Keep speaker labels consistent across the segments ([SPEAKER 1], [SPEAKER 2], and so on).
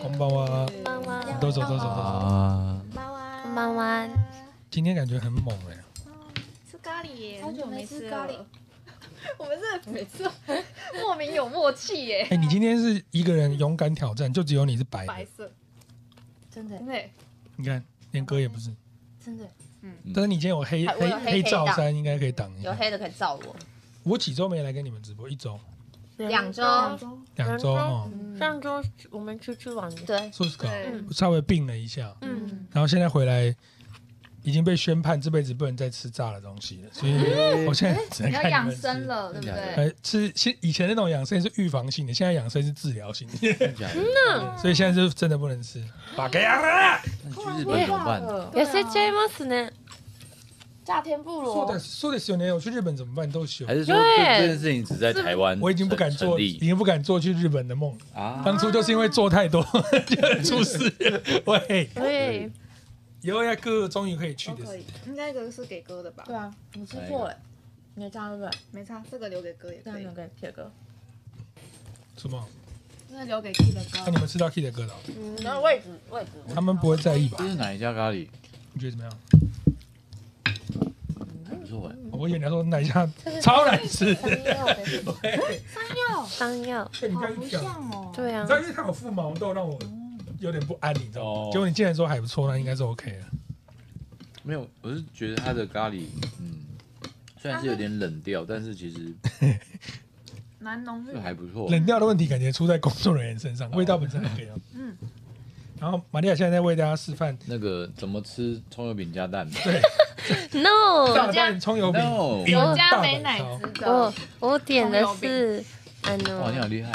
[SPEAKER 1] こんばんは。
[SPEAKER 2] 妈妈，
[SPEAKER 1] どうぞどうぞどうぞ。
[SPEAKER 3] 啊，
[SPEAKER 2] 妈妈，
[SPEAKER 1] 今天感觉很猛哎、
[SPEAKER 4] 吃咖喱耶，
[SPEAKER 2] 好
[SPEAKER 4] 很
[SPEAKER 2] 久
[SPEAKER 4] 久
[SPEAKER 2] 没
[SPEAKER 4] 没
[SPEAKER 2] 吃
[SPEAKER 4] 吃
[SPEAKER 2] 咖喱
[SPEAKER 4] 了。 我们这每次莫名有默契耶
[SPEAKER 1] 哎、，你今天是一个人勇敢挑战，就只有你是白
[SPEAKER 4] 白
[SPEAKER 1] 的。
[SPEAKER 4] 色，
[SPEAKER 2] 真的
[SPEAKER 4] 真的耶，
[SPEAKER 1] 你看，连哥也不是。
[SPEAKER 2] 真的
[SPEAKER 1] 但是你今天有黑
[SPEAKER 2] 还我
[SPEAKER 1] 黑
[SPEAKER 2] 有黑
[SPEAKER 1] 黑罩
[SPEAKER 2] 黑的
[SPEAKER 1] 衫，应该可以挡一
[SPEAKER 2] 有
[SPEAKER 1] 下。
[SPEAKER 2] 黑的可以照我，
[SPEAKER 1] 我几周没来跟你们直播，一周、
[SPEAKER 2] 两周
[SPEAKER 1] 两周哦，
[SPEAKER 5] 上周我们出去玩，
[SPEAKER 2] 对，
[SPEAKER 1] 说实话，
[SPEAKER 4] 对，
[SPEAKER 1] 我稍微病了一下，
[SPEAKER 5] 嗯，
[SPEAKER 1] 然后现在回来。已经被宣判这辈子不能再吃炸的东西了，所以我现在只能
[SPEAKER 4] 你要
[SPEAKER 1] 看你
[SPEAKER 4] 养
[SPEAKER 1] 们
[SPEAKER 4] 生
[SPEAKER 1] 吃。
[SPEAKER 4] 了，对不对？
[SPEAKER 1] 呃，吃现以前那种养生是预防性的，现在养生是治疗性的，
[SPEAKER 3] 真假的？
[SPEAKER 1] 所以现在就真的不能吃。把给啊！
[SPEAKER 3] 那你去日本怎么办？
[SPEAKER 5] 痩せちゃいますね。
[SPEAKER 2] 炸天妇
[SPEAKER 1] 说的说的是有年我去日本怎么办都行
[SPEAKER 3] 还，是说这这件事情只在台湾成？
[SPEAKER 1] 我已经不敢
[SPEAKER 3] 成
[SPEAKER 1] 做，已
[SPEAKER 3] 立
[SPEAKER 1] 经不敢做去日本的梦。
[SPEAKER 3] 啊！
[SPEAKER 1] 当初就是因为做太多 就出事。 喂，
[SPEAKER 5] 对，
[SPEAKER 1] 以后要哥终于可以去
[SPEAKER 4] 都
[SPEAKER 1] 的
[SPEAKER 4] 可
[SPEAKER 1] 时候，
[SPEAKER 4] 以，应该这个是给哥的吧
[SPEAKER 2] 对？啊，你吃过哎，你炸对不对？
[SPEAKER 4] 没差，这个留给哥也
[SPEAKER 2] 那
[SPEAKER 4] 可以
[SPEAKER 2] 留，给铁哥，
[SPEAKER 1] 什么？
[SPEAKER 4] 这个留给 K 的
[SPEAKER 1] 那、
[SPEAKER 4] 哥
[SPEAKER 1] 你。们吃到 Kid 的歌了，
[SPEAKER 4] 嗯
[SPEAKER 2] 然后位置位置，
[SPEAKER 1] 他们不会在意吧
[SPEAKER 3] 这？是哪一家咖喱？
[SPEAKER 1] 你觉得怎么样？
[SPEAKER 3] 还不错哎，
[SPEAKER 1] 我以为你要说哪一家超难吃的。 喂，
[SPEAKER 5] 当药，
[SPEAKER 1] 对你刚刚一讲，
[SPEAKER 2] 哦，
[SPEAKER 5] 对啊
[SPEAKER 1] 你知，道因为他有附毛豆，让我有点不安，你知道吗
[SPEAKER 3] 哦？
[SPEAKER 1] 结果你竟然说还不错，那应该是 OK 的。
[SPEAKER 3] 没有，我是觉得它的咖喱，嗯，虽然是有点冷调，但是其实
[SPEAKER 4] 蛮浓郁
[SPEAKER 3] 就，还不错。
[SPEAKER 1] 冷掉的问题感觉出在工作人员身上，味道本身还可以啊。
[SPEAKER 4] 嗯，
[SPEAKER 1] 然后玛利亚现在在为大家示范
[SPEAKER 3] 那个怎么吃葱油饼加蛋？
[SPEAKER 1] 对
[SPEAKER 5] no，
[SPEAKER 1] 炸弹葱油饼
[SPEAKER 3] No
[SPEAKER 1] 赢
[SPEAKER 4] 我
[SPEAKER 1] 大
[SPEAKER 4] 家
[SPEAKER 1] 阪
[SPEAKER 4] 美乃
[SPEAKER 1] 烧
[SPEAKER 4] 滋
[SPEAKER 5] 我
[SPEAKER 4] 的，
[SPEAKER 5] 我点的是あ
[SPEAKER 3] 哇，你好
[SPEAKER 5] の
[SPEAKER 3] 厉害！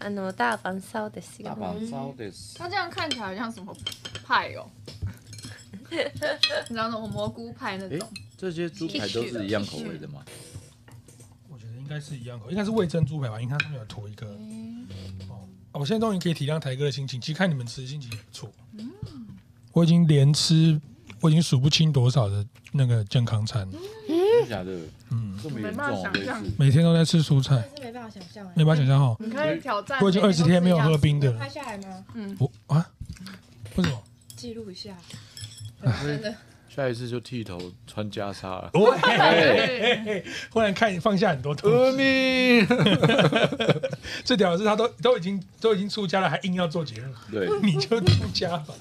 [SPEAKER 5] あの大阪烧です
[SPEAKER 3] 大
[SPEAKER 5] よ。
[SPEAKER 3] 阪烧的是
[SPEAKER 4] 它这样看起来好像什么派哦， 你知道那种蘑菇派那种，
[SPEAKER 3] 这些猪排都是一样口味的吗？
[SPEAKER 1] 我觉得应该是一样口，应该是味珍珠排吧，因为它上面有涂一个。
[SPEAKER 2] 嗯
[SPEAKER 1] 哦，我现在终于可以体谅台哥的心情，其实看你们吃心情也不错。
[SPEAKER 2] 嗯
[SPEAKER 1] 我已经连吃，我已经数不清多少的那个健康餐，
[SPEAKER 2] 嗯
[SPEAKER 3] 真的假的？
[SPEAKER 1] 嗯，
[SPEAKER 3] 这么严重啊，这次
[SPEAKER 1] 每天都在吃蔬菜，
[SPEAKER 2] 真是没办法想象
[SPEAKER 1] 没办
[SPEAKER 2] 哎，
[SPEAKER 1] 法想象哦。
[SPEAKER 4] 你可以挑战。
[SPEAKER 1] 我已经二十天没有喝冰的
[SPEAKER 2] 拍
[SPEAKER 1] 了，
[SPEAKER 2] 下来吗？
[SPEAKER 1] 我啊，为什么？
[SPEAKER 2] 记录一下，
[SPEAKER 3] 下一次就剃头穿袈裟了。
[SPEAKER 1] 我
[SPEAKER 4] 对，
[SPEAKER 1] 忽然看放下很多东西，
[SPEAKER 3] 命！呃
[SPEAKER 1] 最屌的是他都都已经都已经出家了，还硬要做节目，
[SPEAKER 3] 对，
[SPEAKER 1] 你就出家吧。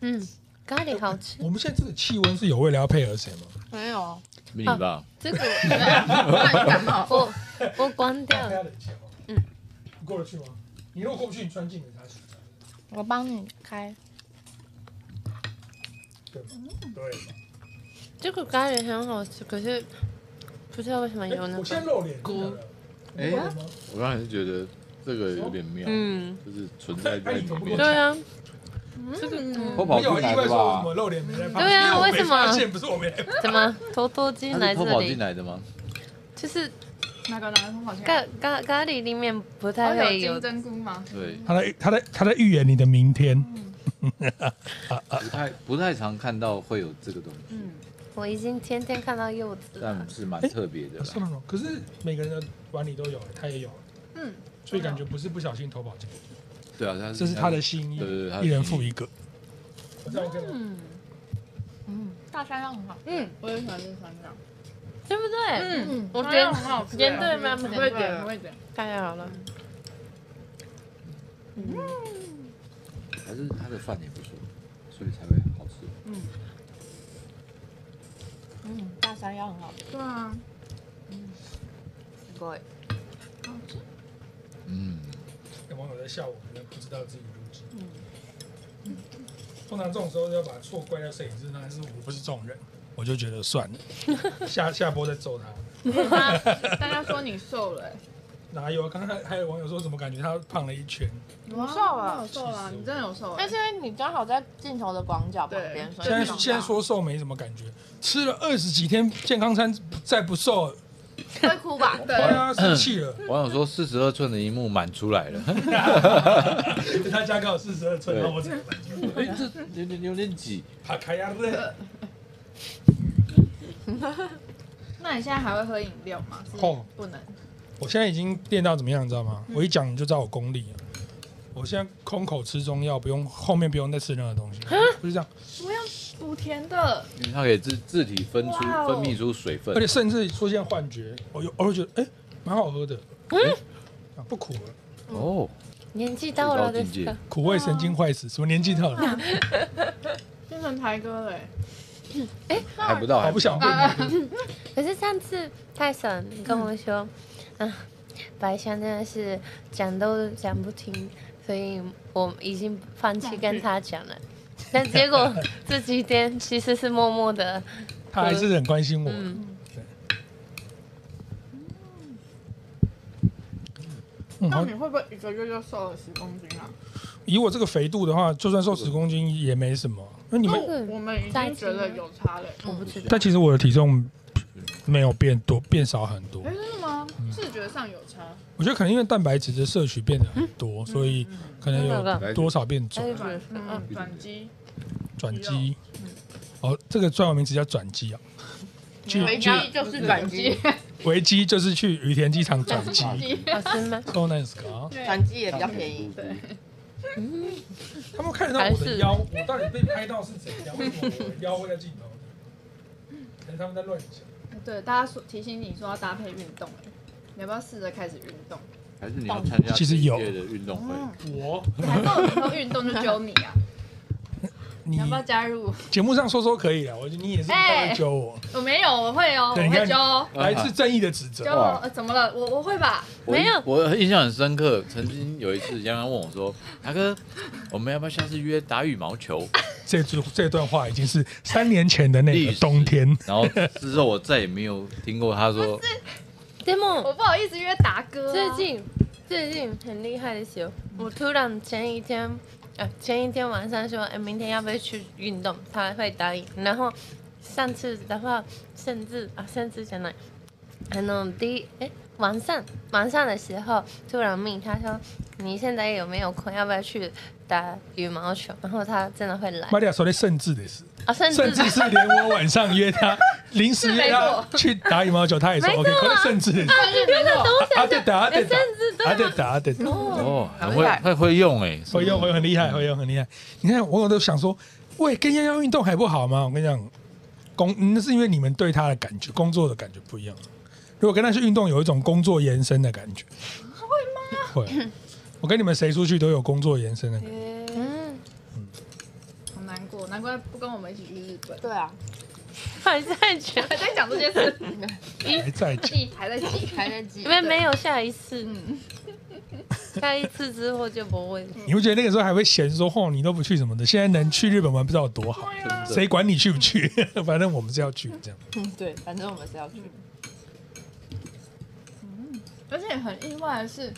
[SPEAKER 5] 嗯，咖喱好吃。
[SPEAKER 1] 我们现在这个气温是有为了要配合谁吗？
[SPEAKER 2] 没有，
[SPEAKER 3] 命吧。
[SPEAKER 5] 这个。
[SPEAKER 2] 那你感冒
[SPEAKER 5] 我我关掉
[SPEAKER 1] 大
[SPEAKER 5] 了
[SPEAKER 1] 家冷气好吗？
[SPEAKER 5] 嗯，
[SPEAKER 1] 你过得去吗？你如果过不去，你穿进没他去。
[SPEAKER 2] 我帮你开，
[SPEAKER 1] 对吗？
[SPEAKER 5] 哎
[SPEAKER 1] 对。
[SPEAKER 5] 这个咖喱很好吃，可是不知道为什么有
[SPEAKER 1] 哎
[SPEAKER 5] 那
[SPEAKER 1] 我现在
[SPEAKER 5] 个。
[SPEAKER 1] 露脸。
[SPEAKER 3] 哎
[SPEAKER 1] 哎，
[SPEAKER 3] 我刚才是觉得这个有点妙，
[SPEAKER 5] 嗯，
[SPEAKER 3] 就是存在在里面。
[SPEAKER 5] 对啊，
[SPEAKER 3] 偷
[SPEAKER 1] 我
[SPEAKER 3] 跑
[SPEAKER 1] 有
[SPEAKER 3] 进
[SPEAKER 1] 意
[SPEAKER 3] 来
[SPEAKER 1] 外说我
[SPEAKER 3] 的
[SPEAKER 1] 怎
[SPEAKER 3] 吧
[SPEAKER 1] 么？露脸没在拍？
[SPEAKER 5] 对啊
[SPEAKER 1] 因我没
[SPEAKER 5] 为什么
[SPEAKER 1] 发现不是我没来
[SPEAKER 3] 啊
[SPEAKER 1] 拍。
[SPEAKER 5] 怎么偷偷进
[SPEAKER 3] 他
[SPEAKER 5] 来
[SPEAKER 3] 啊是
[SPEAKER 5] 这
[SPEAKER 3] 偷跑进
[SPEAKER 5] 里？
[SPEAKER 3] 来的吗？
[SPEAKER 5] 就是
[SPEAKER 4] 哪个哪个泡泡圈？
[SPEAKER 5] 咖咖咖喱里面不太
[SPEAKER 4] 哦有
[SPEAKER 5] 会有
[SPEAKER 4] 金针菇吗？
[SPEAKER 3] 对，
[SPEAKER 1] 他在他在他在预言你的明天。
[SPEAKER 3] 不太不太常看到会有这个东西，
[SPEAKER 4] 嗯，
[SPEAKER 5] 我已经天天看到柚子了
[SPEAKER 3] 但。是蛮特别的
[SPEAKER 1] 是
[SPEAKER 3] 啦。
[SPEAKER 1] 吗？可是每个人的碗里都有，他也有，啊
[SPEAKER 4] 嗯，
[SPEAKER 5] 啊
[SPEAKER 1] 所以感觉不是不小心偷跑进来，
[SPEAKER 3] 对啊，它
[SPEAKER 1] 这是他的心意
[SPEAKER 3] 对对对他，的
[SPEAKER 1] 一人
[SPEAKER 3] 心意
[SPEAKER 1] 付一个。这样 OK 吗
[SPEAKER 4] 大山药很好，
[SPEAKER 5] 嗯，
[SPEAKER 4] 我也喜欢吃山药。
[SPEAKER 5] 对不对？
[SPEAKER 4] 嗯，
[SPEAKER 5] 我
[SPEAKER 4] 山
[SPEAKER 5] 点
[SPEAKER 4] 药很好吃，
[SPEAKER 5] 点对吗？
[SPEAKER 4] 不会点，不会点。
[SPEAKER 5] 太好了。
[SPEAKER 3] 还是他的饭也不错，所以才会好吃。
[SPEAKER 2] 嗯，大山药很好吃，
[SPEAKER 4] 对啊，
[SPEAKER 2] 对，
[SPEAKER 4] 好吃。
[SPEAKER 3] 嗯，
[SPEAKER 1] 有网友在笑我，可能不知道自己入职。嗯，通常这种时候要把错怪到摄影师，那还是我不是这种人，我就觉得算了， 下下播再揍他。
[SPEAKER 4] 大家说你瘦了，
[SPEAKER 1] 哪有？啊刚才还有网友说，怎么感觉他胖了一圈？
[SPEAKER 4] 你
[SPEAKER 2] 不瘦啊
[SPEAKER 4] 有瘦了，你真的有瘦
[SPEAKER 2] 但
[SPEAKER 4] 了
[SPEAKER 2] 是。因为你刚好在镜头的广角旁边，
[SPEAKER 4] 对
[SPEAKER 2] 所以
[SPEAKER 1] 现在
[SPEAKER 2] 你
[SPEAKER 1] 现在说瘦没什么感觉，吃了二十几天健康餐，再不瘦，
[SPEAKER 2] 会哭吧？
[SPEAKER 1] 对啊，生气了。
[SPEAKER 3] 网友说四十二寸的荧幕满出来了，
[SPEAKER 1] 他家刚好四十二寸，
[SPEAKER 3] 对
[SPEAKER 1] 然后我才买。
[SPEAKER 3] 哎这有点有点挤。
[SPEAKER 1] 爬开呀嘞！
[SPEAKER 4] 那你现在还会喝饮料吗？是
[SPEAKER 1] 哦
[SPEAKER 4] 不能。
[SPEAKER 1] 嗯我现在已经练到怎么样，你知道吗？我一讲你就知道我功力了。我现在空口吃中药，不用后面不用再吃任何东西，就是这样。
[SPEAKER 4] 我要补甜的，
[SPEAKER 3] 因为它可以自自体分出
[SPEAKER 4] 哇哦
[SPEAKER 3] 分泌出水分
[SPEAKER 1] 而，且甚至出现幻觉，我有偶尔觉得哎，蛮好喝的，
[SPEAKER 5] 嗯
[SPEAKER 1] 哎啊不苦了，
[SPEAKER 3] 哦，
[SPEAKER 5] 年纪到了的
[SPEAKER 3] 最
[SPEAKER 5] 时
[SPEAKER 3] 高
[SPEAKER 5] 候
[SPEAKER 3] 境，
[SPEAKER 1] 苦味神经坏死，
[SPEAKER 5] 哦
[SPEAKER 1] 什么年纪到了，
[SPEAKER 4] 变成台哥嘞、
[SPEAKER 3] 还不到，
[SPEAKER 1] 好
[SPEAKER 3] 还
[SPEAKER 1] 不
[SPEAKER 3] 不
[SPEAKER 1] 想
[SPEAKER 3] 到，
[SPEAKER 1] 被
[SPEAKER 5] 啊
[SPEAKER 1] 你
[SPEAKER 5] 可是上次泰森跟我说，啊，白香真的是讲都讲不停，所以我已经放弃跟他讲了。
[SPEAKER 2] 嗯
[SPEAKER 5] 但结果这几天其实是默默的，
[SPEAKER 1] 他还是很关心我。
[SPEAKER 5] 嗯，
[SPEAKER 1] 嗯，
[SPEAKER 4] 那
[SPEAKER 1] 好
[SPEAKER 4] 你会不会一个月就瘦了十公斤啊？
[SPEAKER 1] 以我这个肥度的话，就算瘦十公斤也没什么。那你
[SPEAKER 4] 那
[SPEAKER 5] 哦
[SPEAKER 1] 们，
[SPEAKER 4] 我我们已经觉得有差嘞、
[SPEAKER 5] 嗯我不
[SPEAKER 2] 嗯
[SPEAKER 5] 知道。
[SPEAKER 1] 但其实我的体重没有变多，变少很多
[SPEAKER 4] 哎、。真的吗？
[SPEAKER 1] 嗯
[SPEAKER 4] 视觉上有差，
[SPEAKER 1] 我觉得可能因为蛋白质的摄取变得很多，所以可能
[SPEAKER 5] 嗯真的
[SPEAKER 1] 有
[SPEAKER 3] 吗
[SPEAKER 1] 多少变重
[SPEAKER 5] 哎
[SPEAKER 4] 转
[SPEAKER 5] 嗯
[SPEAKER 4] 嗯转机，
[SPEAKER 1] 转肌。
[SPEAKER 2] 嗯
[SPEAKER 1] 哦，这个专有名词叫转肌啊，去
[SPEAKER 2] 危
[SPEAKER 1] 去
[SPEAKER 2] 机就是转机，
[SPEAKER 1] 维基就是去羽田机场转机。
[SPEAKER 5] 好吃 吗？
[SPEAKER 1] So nice 啊！
[SPEAKER 2] 转机也比较便宜。
[SPEAKER 4] 对，
[SPEAKER 1] 他们看得到我的腰，我到底被拍到是怎样？为什么我的腰会在镜头里？可能他们在乱想。
[SPEAKER 4] 对，大家说提醒你说要搭配运动、哎，你要不要试着开始运动？
[SPEAKER 3] 还是你要参加
[SPEAKER 1] 其实有
[SPEAKER 3] 这一届的运动会，
[SPEAKER 1] 我
[SPEAKER 4] 还是我以后运动就揪你啊？你
[SPEAKER 1] 你
[SPEAKER 4] 要不要加入？
[SPEAKER 1] 节目上说说可以啊了，我觉得你也是不
[SPEAKER 2] 哎
[SPEAKER 1] 太会揪我，
[SPEAKER 4] 我没有，我会哦，我
[SPEAKER 1] 对啊你看
[SPEAKER 4] 会揪哦，
[SPEAKER 1] 来自正义的指责
[SPEAKER 4] 揪。哦、呃怎么了？我我会吧？
[SPEAKER 3] 我
[SPEAKER 5] 没有
[SPEAKER 3] 我印象很深刻，曾经有一次，江江问我说：“ 达哥，我们要不要下次约打羽 毛球
[SPEAKER 1] 这句这段话已经是三年前的那
[SPEAKER 3] 历
[SPEAKER 1] 个
[SPEAKER 3] 史
[SPEAKER 1] 冬天，？”
[SPEAKER 3] 然后之后我再也没有听过他
[SPEAKER 1] 哦
[SPEAKER 3] 说
[SPEAKER 5] 对梦。
[SPEAKER 4] 我不好意思约达哥、啊，
[SPEAKER 5] 最近最近很厉害的时候，我突然前一天，呃，前一天晚上说，哎、明天要不要去运动？他会答应。然后上次的话，甚至啊，甚至讲来，可能第一，哎、晚上晚上的时候突然命他说，你现在有没有空？要不要去打羽毛球？然后他真的会来
[SPEAKER 1] 玛利亚说的甚至的是，
[SPEAKER 5] 啊，甚至
[SPEAKER 1] 甚 至是连我晚上约他，临时约他去打羽毛球，他也说
[SPEAKER 5] 没错
[SPEAKER 1] OK，
[SPEAKER 5] 啊
[SPEAKER 1] 可能甚至的是，
[SPEAKER 5] 真的都
[SPEAKER 1] 啊对打啊对打
[SPEAKER 5] 甚至都
[SPEAKER 1] 啊对打啊对打，
[SPEAKER 3] 哦，很
[SPEAKER 2] 很
[SPEAKER 3] 会
[SPEAKER 2] 厉害
[SPEAKER 3] 会会用哎，
[SPEAKER 1] 会用会用很厉害，会用很厉害。你看我都想说，喂，跟幺幺运动还不好吗？我跟你讲，工嗯那是因为你们对他的感觉，工作的感觉不一样。如果跟他去运动，有一种工作延伸的感觉，会吗？会。我跟你们谁出去都有工作延伸的感觉。
[SPEAKER 5] 嗯，
[SPEAKER 4] 好难过，难怪不跟我们一起去日本，
[SPEAKER 2] 对啊，
[SPEAKER 5] 还在讲，
[SPEAKER 4] 还在讲这些事，
[SPEAKER 1] 还在讲
[SPEAKER 4] 记还在记，
[SPEAKER 2] 还在记
[SPEAKER 5] 因。为没有下一次，
[SPEAKER 4] 嗯，
[SPEAKER 5] 下一次之后就不会。
[SPEAKER 1] 你不觉得那个时候还会嫌说，哦，你都不去什么的？现在能去日本玩，不知道有多好，谁管你去不去？ 反正我们是要去，这样
[SPEAKER 2] 嗯，对，反正我们是要去。
[SPEAKER 4] 嗯而且很意外的是，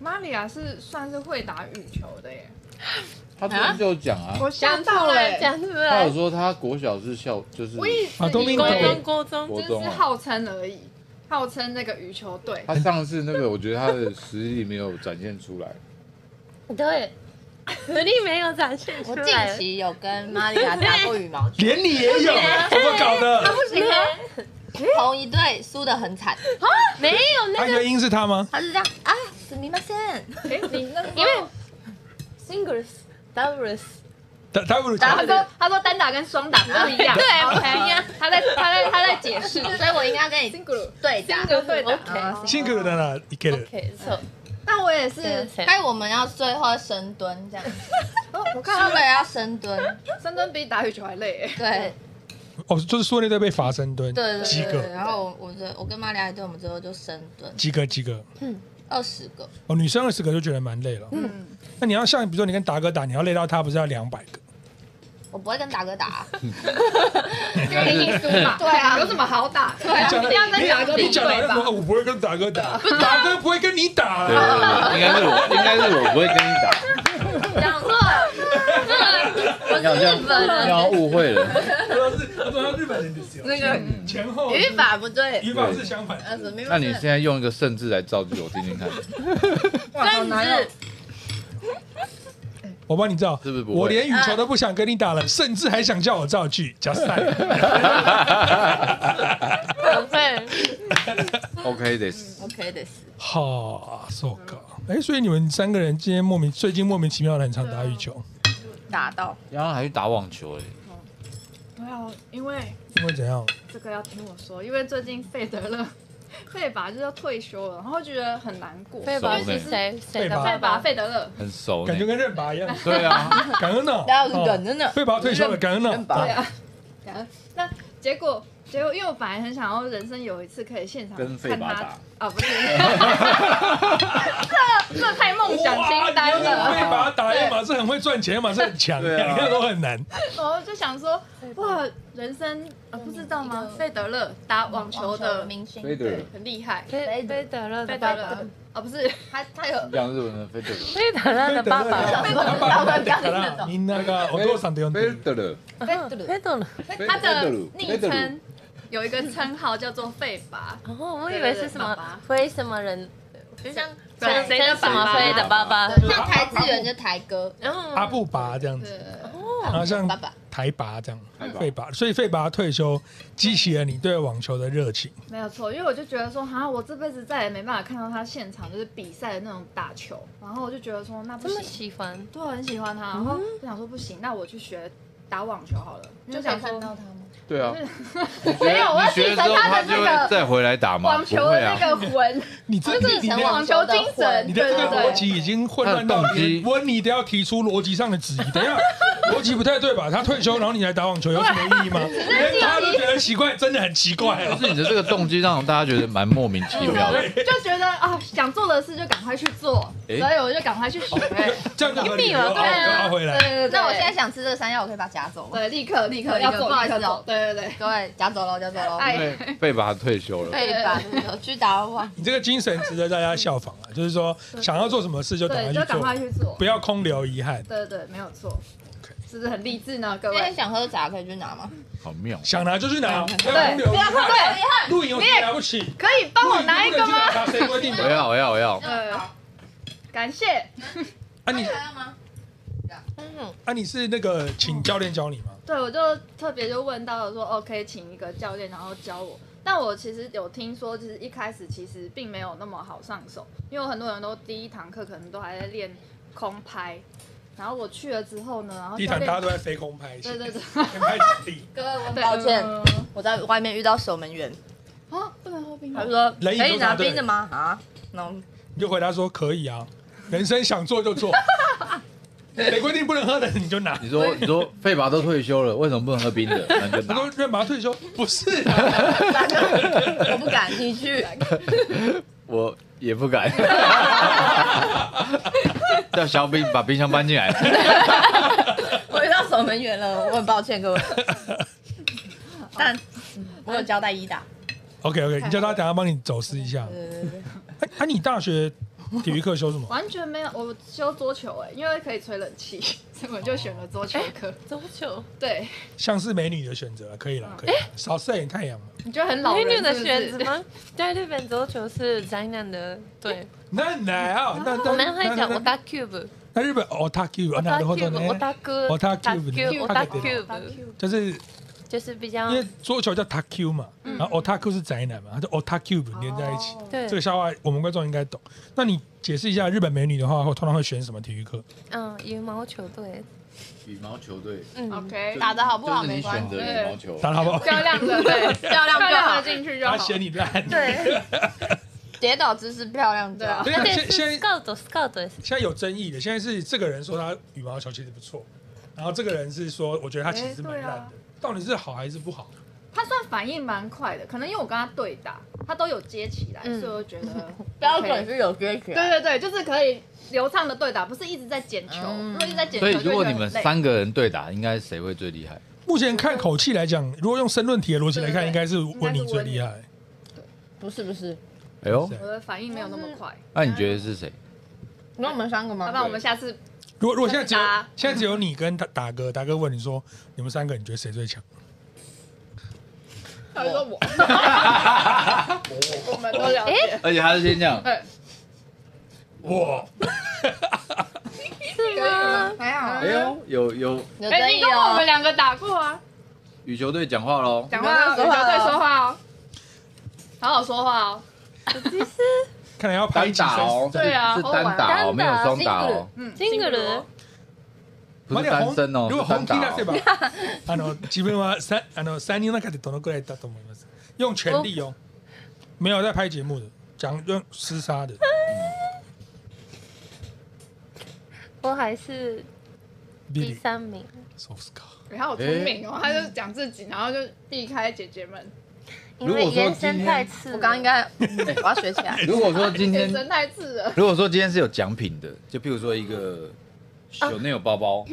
[SPEAKER 4] 玛利亚是算是会打羽球的耶，
[SPEAKER 3] 他之前就有讲啊，
[SPEAKER 4] 我
[SPEAKER 5] 讲
[SPEAKER 4] 想
[SPEAKER 5] 出
[SPEAKER 4] 到了
[SPEAKER 5] 来，
[SPEAKER 4] 耶，
[SPEAKER 5] 讲出
[SPEAKER 3] 他
[SPEAKER 5] 来
[SPEAKER 3] 有。说他国小是校就是
[SPEAKER 4] 我一直
[SPEAKER 1] 啊都
[SPEAKER 4] 以
[SPEAKER 1] 另
[SPEAKER 5] 高
[SPEAKER 1] 外
[SPEAKER 5] 中，
[SPEAKER 4] 为
[SPEAKER 5] 高中，
[SPEAKER 3] 国
[SPEAKER 4] 就是
[SPEAKER 3] 中啊。
[SPEAKER 4] 号称而已，号称那个羽球队，
[SPEAKER 3] 他上次那个，我觉得他的实力没有展现出 来，
[SPEAKER 5] 对，实力没有展现出
[SPEAKER 2] 我
[SPEAKER 5] 来
[SPEAKER 2] 近。期有跟玛利亚打过羽毛球，
[SPEAKER 1] 连你也有，怎么搞的？
[SPEAKER 4] 不行啊，
[SPEAKER 2] 同一队输得很惨，
[SPEAKER 5] 没有那
[SPEAKER 1] 啊，
[SPEAKER 5] 个
[SPEAKER 1] 原因是他吗？
[SPEAKER 2] 他是这样啊，死迷马线，
[SPEAKER 4] 哎，你那个时候
[SPEAKER 5] 因为 singles doubles
[SPEAKER 1] 他他不如
[SPEAKER 4] 然后他说他说单打跟双打不一 样，
[SPEAKER 5] 对不
[SPEAKER 4] OK
[SPEAKER 5] 一样
[SPEAKER 4] 他在他在他在解释，
[SPEAKER 2] 所以我应该要跟你
[SPEAKER 4] single
[SPEAKER 2] 对打。
[SPEAKER 4] single 对打
[SPEAKER 5] OK
[SPEAKER 4] 啊
[SPEAKER 1] 辛苦的啦，一个人。
[SPEAKER 5] OK so
[SPEAKER 4] 但我也是，
[SPEAKER 2] 但我们要最后深蹲这样，
[SPEAKER 4] 哦我
[SPEAKER 2] 输
[SPEAKER 4] 看他
[SPEAKER 2] 了
[SPEAKER 4] 们
[SPEAKER 2] 要深蹲，
[SPEAKER 4] 深蹲比打羽球还累耶，
[SPEAKER 2] 对
[SPEAKER 1] 哦，就是说那队被罚深蹲，
[SPEAKER 2] 对对
[SPEAKER 1] 几
[SPEAKER 2] 对对对。
[SPEAKER 1] 个，
[SPEAKER 2] 然后我我这我跟玛利亚一队，我们最后就深蹲
[SPEAKER 1] 几个，几个。
[SPEAKER 2] 二十个，
[SPEAKER 1] 哦，女生二十个就觉得蛮累了。
[SPEAKER 4] 嗯，
[SPEAKER 1] 那你要像比如说你跟达哥打，你要累到他不是要两百个？
[SPEAKER 2] 我不会跟达哥打啊，
[SPEAKER 4] 因为你输嘛，
[SPEAKER 2] 对啊
[SPEAKER 4] 有什么好打？对
[SPEAKER 2] 啊
[SPEAKER 4] 一定要跟打哥
[SPEAKER 1] 你
[SPEAKER 4] 比
[SPEAKER 1] 你讲的
[SPEAKER 4] 对
[SPEAKER 1] 那么哦
[SPEAKER 4] 吧？
[SPEAKER 1] 我不会跟达哥打，达哥不会跟你打啊
[SPEAKER 3] 对对啊
[SPEAKER 1] 啦。
[SPEAKER 3] 对，应该是我，应该是我不会跟你打，
[SPEAKER 5] 讲错了，
[SPEAKER 3] 你好像
[SPEAKER 5] 日本人
[SPEAKER 3] 你好像误会了，
[SPEAKER 1] 我都是我都是日本人的时候，
[SPEAKER 2] 那个
[SPEAKER 1] 前后
[SPEAKER 2] 语法不对，
[SPEAKER 1] 语法是相反的。
[SPEAKER 2] 呃，死迷马
[SPEAKER 3] 那你现
[SPEAKER 2] 线，
[SPEAKER 3] 在用一个甚至来造句，我听听 看，
[SPEAKER 4] 哇好难哦，
[SPEAKER 1] 我帮你造，
[SPEAKER 3] 是不是不会
[SPEAKER 1] 我连羽球都不想跟你打了，甚至还想叫我造句，加赛。
[SPEAKER 5] 对，
[SPEAKER 3] OK 的，
[SPEAKER 2] OK 的是，
[SPEAKER 1] 好，受够。哎，所以你们三个人今天莫名最近莫名其妙的很常打羽球，
[SPEAKER 2] 打到
[SPEAKER 3] 然后还去打网球欸嘞，
[SPEAKER 4] 没有，啊因为
[SPEAKER 1] 因为怎样？
[SPEAKER 4] 这个要听我说，因为最近费德勒 费吧就是要退休了，然后觉得很难过。
[SPEAKER 5] 费
[SPEAKER 4] 费
[SPEAKER 5] 吧
[SPEAKER 3] 熟
[SPEAKER 5] 是
[SPEAKER 3] 呢
[SPEAKER 5] 谁谁的
[SPEAKER 1] 费吧
[SPEAKER 5] 爸
[SPEAKER 4] 吧
[SPEAKER 5] 爸？
[SPEAKER 4] 费德勒，
[SPEAKER 3] 很熟呢
[SPEAKER 1] 感觉。跟认拔一 样，
[SPEAKER 3] 对啊，
[SPEAKER 1] 感恩呢，
[SPEAKER 2] 大家有梗真的
[SPEAKER 1] 被拔退休了，
[SPEAKER 2] 认
[SPEAKER 1] 感恩哦
[SPEAKER 2] 认
[SPEAKER 1] 呢，
[SPEAKER 2] 拔
[SPEAKER 4] 对啊，对啊那结果结果，因为我本来很想要人生有一次可以现场
[SPEAKER 3] 跟费
[SPEAKER 4] 看
[SPEAKER 3] 吧
[SPEAKER 4] 他
[SPEAKER 3] 打
[SPEAKER 4] 啊，不是， 这这太梦想清单了。
[SPEAKER 1] 被拔打野马是很会赚钱，马是很强，
[SPEAKER 3] 对啊
[SPEAKER 1] 两个都很难。
[SPEAKER 4] 然后就想说，哇，人生啊，不知道
[SPEAKER 2] 一
[SPEAKER 4] 吗
[SPEAKER 2] 个？
[SPEAKER 4] 费德勒打网球的
[SPEAKER 2] 明星，
[SPEAKER 3] 费德勒
[SPEAKER 4] 很厉害，
[SPEAKER 5] 费费德勒的
[SPEAKER 4] 费
[SPEAKER 5] 爸
[SPEAKER 4] 德
[SPEAKER 5] 爸
[SPEAKER 4] 勒，啊，不 是，
[SPEAKER 2] 他他有
[SPEAKER 3] 讲日文的费德勒，
[SPEAKER 5] 费德勒的爸爸，
[SPEAKER 1] 贝爸爸からみんながお父さんと呼んで
[SPEAKER 3] 费
[SPEAKER 1] る。
[SPEAKER 3] 德勒，
[SPEAKER 5] 费德勒。
[SPEAKER 4] 他的
[SPEAKER 3] 费
[SPEAKER 4] 昵
[SPEAKER 3] 德勒
[SPEAKER 4] 称有一个称号叫做费吧，
[SPEAKER 5] 哦，我以为是什
[SPEAKER 4] 对对对爸
[SPEAKER 5] 么
[SPEAKER 4] 爸？
[SPEAKER 5] 为什么人
[SPEAKER 2] 就像
[SPEAKER 4] 对
[SPEAKER 5] 谁
[SPEAKER 4] 谁
[SPEAKER 5] 的
[SPEAKER 4] 的
[SPEAKER 5] 什么
[SPEAKER 4] 爸爸
[SPEAKER 5] 飞的爸爸？
[SPEAKER 2] 像台资源就台哥，
[SPEAKER 5] 然
[SPEAKER 1] 阿
[SPEAKER 5] 后
[SPEAKER 1] 布拔这样子，然后像
[SPEAKER 2] 爸爸
[SPEAKER 1] 台拔这样
[SPEAKER 3] 台，拔
[SPEAKER 1] 费拔，所以费拔退休激起了你对网球的热情。
[SPEAKER 4] 没有错，因为我就觉得说，哈，我这辈子再也没办法看到他现场就是比赛的那种打球，然后我就觉得说，那不
[SPEAKER 5] 这么
[SPEAKER 4] 行，
[SPEAKER 5] 喜欢，
[SPEAKER 4] 对，我很喜欢他，然后就想说不行，那我去学打网球好了，
[SPEAKER 2] 嗯
[SPEAKER 4] 就想说
[SPEAKER 2] 他吗？
[SPEAKER 3] 对啊，
[SPEAKER 4] 没有，我要
[SPEAKER 3] 你
[SPEAKER 4] 继承
[SPEAKER 3] 学了之后
[SPEAKER 4] 他
[SPEAKER 3] 他
[SPEAKER 4] 的
[SPEAKER 3] 就
[SPEAKER 4] 这
[SPEAKER 3] 会
[SPEAKER 4] 个
[SPEAKER 3] 再回来打吗？
[SPEAKER 4] 网球的那
[SPEAKER 3] 不会
[SPEAKER 4] 个
[SPEAKER 3] 啊，
[SPEAKER 4] 魂，
[SPEAKER 1] 你这
[SPEAKER 2] 就是
[SPEAKER 1] 你你
[SPEAKER 2] 成
[SPEAKER 1] 的
[SPEAKER 2] 网
[SPEAKER 4] 网球精神，
[SPEAKER 1] 你
[SPEAKER 4] 对
[SPEAKER 1] 的
[SPEAKER 4] 对
[SPEAKER 1] 这个逻
[SPEAKER 4] 对，
[SPEAKER 1] 辑已经混乱到
[SPEAKER 3] 他的动
[SPEAKER 1] 连
[SPEAKER 3] 机
[SPEAKER 1] 温妮都要提出逻辑上的质疑。等一下， 逻辑不太对吧？他退休，然后你来打网球，有什么意义吗？连他都觉得奇怪，真的很奇怪
[SPEAKER 3] 就
[SPEAKER 1] 哦。
[SPEAKER 3] 是你的这个动机让大家觉得蛮莫名其妙的。
[SPEAKER 4] 就觉得啊，想做的事就赶快去做，
[SPEAKER 3] 诶
[SPEAKER 4] 所以我就赶快去 学。
[SPEAKER 1] 这样就合理
[SPEAKER 5] 一命啊
[SPEAKER 1] 了，
[SPEAKER 5] 对
[SPEAKER 4] 啊
[SPEAKER 1] 拉回来。
[SPEAKER 4] 对
[SPEAKER 2] 那我现在想吃这个山药，我可以把它夹走吗？
[SPEAKER 4] 对立刻立刻
[SPEAKER 2] 要
[SPEAKER 4] 要
[SPEAKER 2] 走
[SPEAKER 4] 走，不好意
[SPEAKER 2] 立
[SPEAKER 4] 思
[SPEAKER 2] 刻走
[SPEAKER 4] 走，对对对，
[SPEAKER 2] 对，夹走了，夹走了。
[SPEAKER 4] 哎
[SPEAKER 3] 因为贝把他退休了，
[SPEAKER 2] 对吧？有去打 网，
[SPEAKER 1] 你这个精神值得大家效仿啊！就是说，想要做什么事就赶
[SPEAKER 4] 对，
[SPEAKER 1] 快
[SPEAKER 4] 就
[SPEAKER 1] 去
[SPEAKER 4] 赶
[SPEAKER 1] 做
[SPEAKER 4] 快，去做
[SPEAKER 1] 不。要空留遗憾。
[SPEAKER 4] 对对，没有错，是不是很励志呢？各
[SPEAKER 2] 今天
[SPEAKER 4] 位，
[SPEAKER 2] 想喝茶可以去拿吗？
[SPEAKER 3] 好妙。
[SPEAKER 1] 想拿就去拿，不要空留遗憾。
[SPEAKER 4] 对，
[SPEAKER 1] 露营有什么了不起？
[SPEAKER 4] 可以帮我拿一个吗？
[SPEAKER 1] 露营不能去打谁规定
[SPEAKER 3] 我
[SPEAKER 1] 的？
[SPEAKER 3] 要我要我要，
[SPEAKER 4] 对，感谢。
[SPEAKER 1] 啊你
[SPEAKER 2] 还要吗？
[SPEAKER 5] 嗯，
[SPEAKER 1] 啊你是那个请教练教你吗？
[SPEAKER 4] 对，我就特别就问到了说，哦，可以请一个教练，然后教我。但我其实有听说，就是一开始其实并没有那么好上手，因为很多人都第一堂课可能都还在练空拍，然后我去了之后呢，然后
[SPEAKER 1] 地
[SPEAKER 4] 哦教
[SPEAKER 1] 毯大家
[SPEAKER 4] 练
[SPEAKER 1] 都在飞空拍，
[SPEAKER 4] 对 对对，
[SPEAKER 1] 先拍几地。
[SPEAKER 2] 各位，我很
[SPEAKER 4] 对
[SPEAKER 2] 抱歉，
[SPEAKER 4] 呃
[SPEAKER 2] 我在外面遇到守门员，
[SPEAKER 4] 啊，不能喝冰
[SPEAKER 2] 他
[SPEAKER 4] 的。
[SPEAKER 2] 说可
[SPEAKER 1] 人已经
[SPEAKER 2] 以拿
[SPEAKER 1] 都答对
[SPEAKER 2] 冰的吗？啊，那我们
[SPEAKER 1] 你就回答说可以啊，人生想做就做，没规定不能喝的你就拿。
[SPEAKER 3] 你说你说费拔都退休了，为什么不能喝冰的？那你就
[SPEAKER 1] 很多
[SPEAKER 3] 拿。
[SPEAKER 1] 人马上退休，不是啊，
[SPEAKER 2] 我不敢，你 去。
[SPEAKER 3] 我也不 敢。叫小兵把冰箱搬进来。
[SPEAKER 2] 我遇到守门员了，我很抱歉 各位。但我有交代一打，
[SPEAKER 1] OK OK，你叫他等下帮你走私一下。
[SPEAKER 2] 对
[SPEAKER 4] 嗯
[SPEAKER 2] 对对对，
[SPEAKER 1] 哎，啊，你大学体育课修什么？
[SPEAKER 4] 完全没有，我修桌球哎、因为可以吹冷气，所以我就选了桌球课。
[SPEAKER 5] 多久？
[SPEAKER 4] 对，
[SPEAKER 1] 像是美女的选择，啊可以了，可以了，少晒点太阳嘛。
[SPEAKER 4] 你觉得很老
[SPEAKER 5] 美
[SPEAKER 4] 人
[SPEAKER 5] 女的
[SPEAKER 4] 是不
[SPEAKER 5] 选
[SPEAKER 4] 是
[SPEAKER 5] 择吗？在日本足球是灾难的，对，
[SPEAKER 1] 那哪啊？那
[SPEAKER 5] 我
[SPEAKER 1] 那
[SPEAKER 5] 们会
[SPEAKER 1] 那
[SPEAKER 5] 讲
[SPEAKER 1] 那
[SPEAKER 5] otak cube，
[SPEAKER 1] 那日本 otaku 啊，なるほどね
[SPEAKER 5] otak cube，otak
[SPEAKER 1] otaku
[SPEAKER 5] cube，otak
[SPEAKER 1] otaku
[SPEAKER 4] 哦
[SPEAKER 5] cube，
[SPEAKER 1] 就是
[SPEAKER 5] 就是比较
[SPEAKER 1] 因为桌球叫 taku 嘛，然后 otaku 是宅男嘛，它就 otaku 连在一起。
[SPEAKER 5] 对
[SPEAKER 1] 这，个笑话我们观众应该懂。那你解释一下，日本美女的话，会通常会选什么体育课？
[SPEAKER 5] 嗯，羽毛球队，
[SPEAKER 3] 羽毛球队
[SPEAKER 5] 嗯，
[SPEAKER 4] ？OK，
[SPEAKER 2] 打得好不好
[SPEAKER 3] 就是
[SPEAKER 2] 没
[SPEAKER 3] 你
[SPEAKER 2] 关
[SPEAKER 3] 选
[SPEAKER 2] 系，
[SPEAKER 3] 择羽毛球，
[SPEAKER 1] 打得好不好？
[SPEAKER 4] 漂亮的对，
[SPEAKER 2] 漂亮
[SPEAKER 4] 漂
[SPEAKER 2] 就
[SPEAKER 4] 亮
[SPEAKER 2] 好
[SPEAKER 4] 的。进去就好
[SPEAKER 1] 他。嫌你烂。
[SPEAKER 5] 对，
[SPEAKER 2] 跌倒姿势漂亮就好。
[SPEAKER 1] 对
[SPEAKER 5] 而
[SPEAKER 1] 啊，
[SPEAKER 5] 且
[SPEAKER 1] 现
[SPEAKER 5] 是
[SPEAKER 1] 现在
[SPEAKER 5] scout scout，
[SPEAKER 1] 现在有争议的，现在是这个人说他羽毛球其实不错，然后这个人是说，我觉得他其实是蛮烂
[SPEAKER 4] 哎对
[SPEAKER 1] 的
[SPEAKER 4] 啊，
[SPEAKER 1] 到底是好还是不好？
[SPEAKER 4] 他算反应蛮快的，可能因为我跟他对打，他都有接起来，
[SPEAKER 5] 嗯
[SPEAKER 4] 所以我觉得
[SPEAKER 2] 标
[SPEAKER 4] OK
[SPEAKER 2] 准是有规矩啊。
[SPEAKER 4] 对对对，就是可以流畅的对打，不是一直在捡球。
[SPEAKER 2] 嗯
[SPEAKER 4] 如果一直在捡球，
[SPEAKER 3] 所以
[SPEAKER 4] 就
[SPEAKER 3] 如
[SPEAKER 4] 会
[SPEAKER 3] 果
[SPEAKER 4] 觉
[SPEAKER 3] 你
[SPEAKER 4] 得
[SPEAKER 3] 们
[SPEAKER 4] 很累
[SPEAKER 3] 三个人对打，应该谁会最厉害？
[SPEAKER 1] 目前看口气来讲，如果用申论题的逻辑来看，
[SPEAKER 4] 对对对
[SPEAKER 1] 应该是温妮最厉害。
[SPEAKER 2] 不是不是，
[SPEAKER 3] 哎呦
[SPEAKER 1] 是，
[SPEAKER 4] 我的反应没有那么快，
[SPEAKER 3] 那你觉得是谁？
[SPEAKER 2] 那我们三个吗
[SPEAKER 4] 好吧，我们下次
[SPEAKER 1] 如果如果现在只有
[SPEAKER 4] 我是达
[SPEAKER 1] 现在只有你跟达达哥，达哥问你说，你们三个你觉得谁最强？
[SPEAKER 4] 他就说我， 我们都了解，
[SPEAKER 3] 而且他是先讲，
[SPEAKER 4] 对，
[SPEAKER 1] 我
[SPEAKER 5] 是吗？
[SPEAKER 2] 没有啊
[SPEAKER 3] 哎呦，有有
[SPEAKER 2] 有
[SPEAKER 4] 哎，
[SPEAKER 2] 争
[SPEAKER 4] 你
[SPEAKER 2] 议
[SPEAKER 4] 跟我们
[SPEAKER 2] 哦。
[SPEAKER 4] 两个打过啊，
[SPEAKER 3] 羽球队讲话喽。
[SPEAKER 4] 讲话哦，
[SPEAKER 2] 你们在
[SPEAKER 4] 对说
[SPEAKER 2] 说话哦
[SPEAKER 4] 话哦，好好说话哦，
[SPEAKER 1] 看来要拍
[SPEAKER 3] 单
[SPEAKER 1] 几
[SPEAKER 3] 打哦，
[SPEAKER 4] 对啊
[SPEAKER 3] 是单打哦，
[SPEAKER 5] 单打
[SPEAKER 3] 没有双打
[SPEAKER 5] 辛苦了
[SPEAKER 3] 哦，
[SPEAKER 4] 嗯，
[SPEAKER 5] シングル
[SPEAKER 3] 不是单身哦，
[SPEAKER 1] 如果
[SPEAKER 3] 是
[SPEAKER 1] 本
[SPEAKER 3] 单
[SPEAKER 1] 気
[SPEAKER 3] 打
[SPEAKER 1] 出せば
[SPEAKER 3] 哦。
[SPEAKER 1] あの自分は三あの三人の中でどのくらいだと思います。用全力哦，没有在拍节目的，讲用厮杀的。
[SPEAKER 5] 我还是
[SPEAKER 1] ビ
[SPEAKER 5] 第
[SPEAKER 1] リ、
[SPEAKER 5] 三名，
[SPEAKER 1] そうっすか。
[SPEAKER 4] 你好聪明哎哦，他就讲自己，然后就避开姐姐们，
[SPEAKER 5] 因为延伸太次了。
[SPEAKER 2] 我刚刚应该，嗯我要学起来。
[SPEAKER 3] 如果说今
[SPEAKER 4] 眼
[SPEAKER 3] 天，
[SPEAKER 4] 神太刺了。
[SPEAKER 3] 如果说今天是有奖品的，就譬如说一个
[SPEAKER 2] 啊
[SPEAKER 3] 有那有包包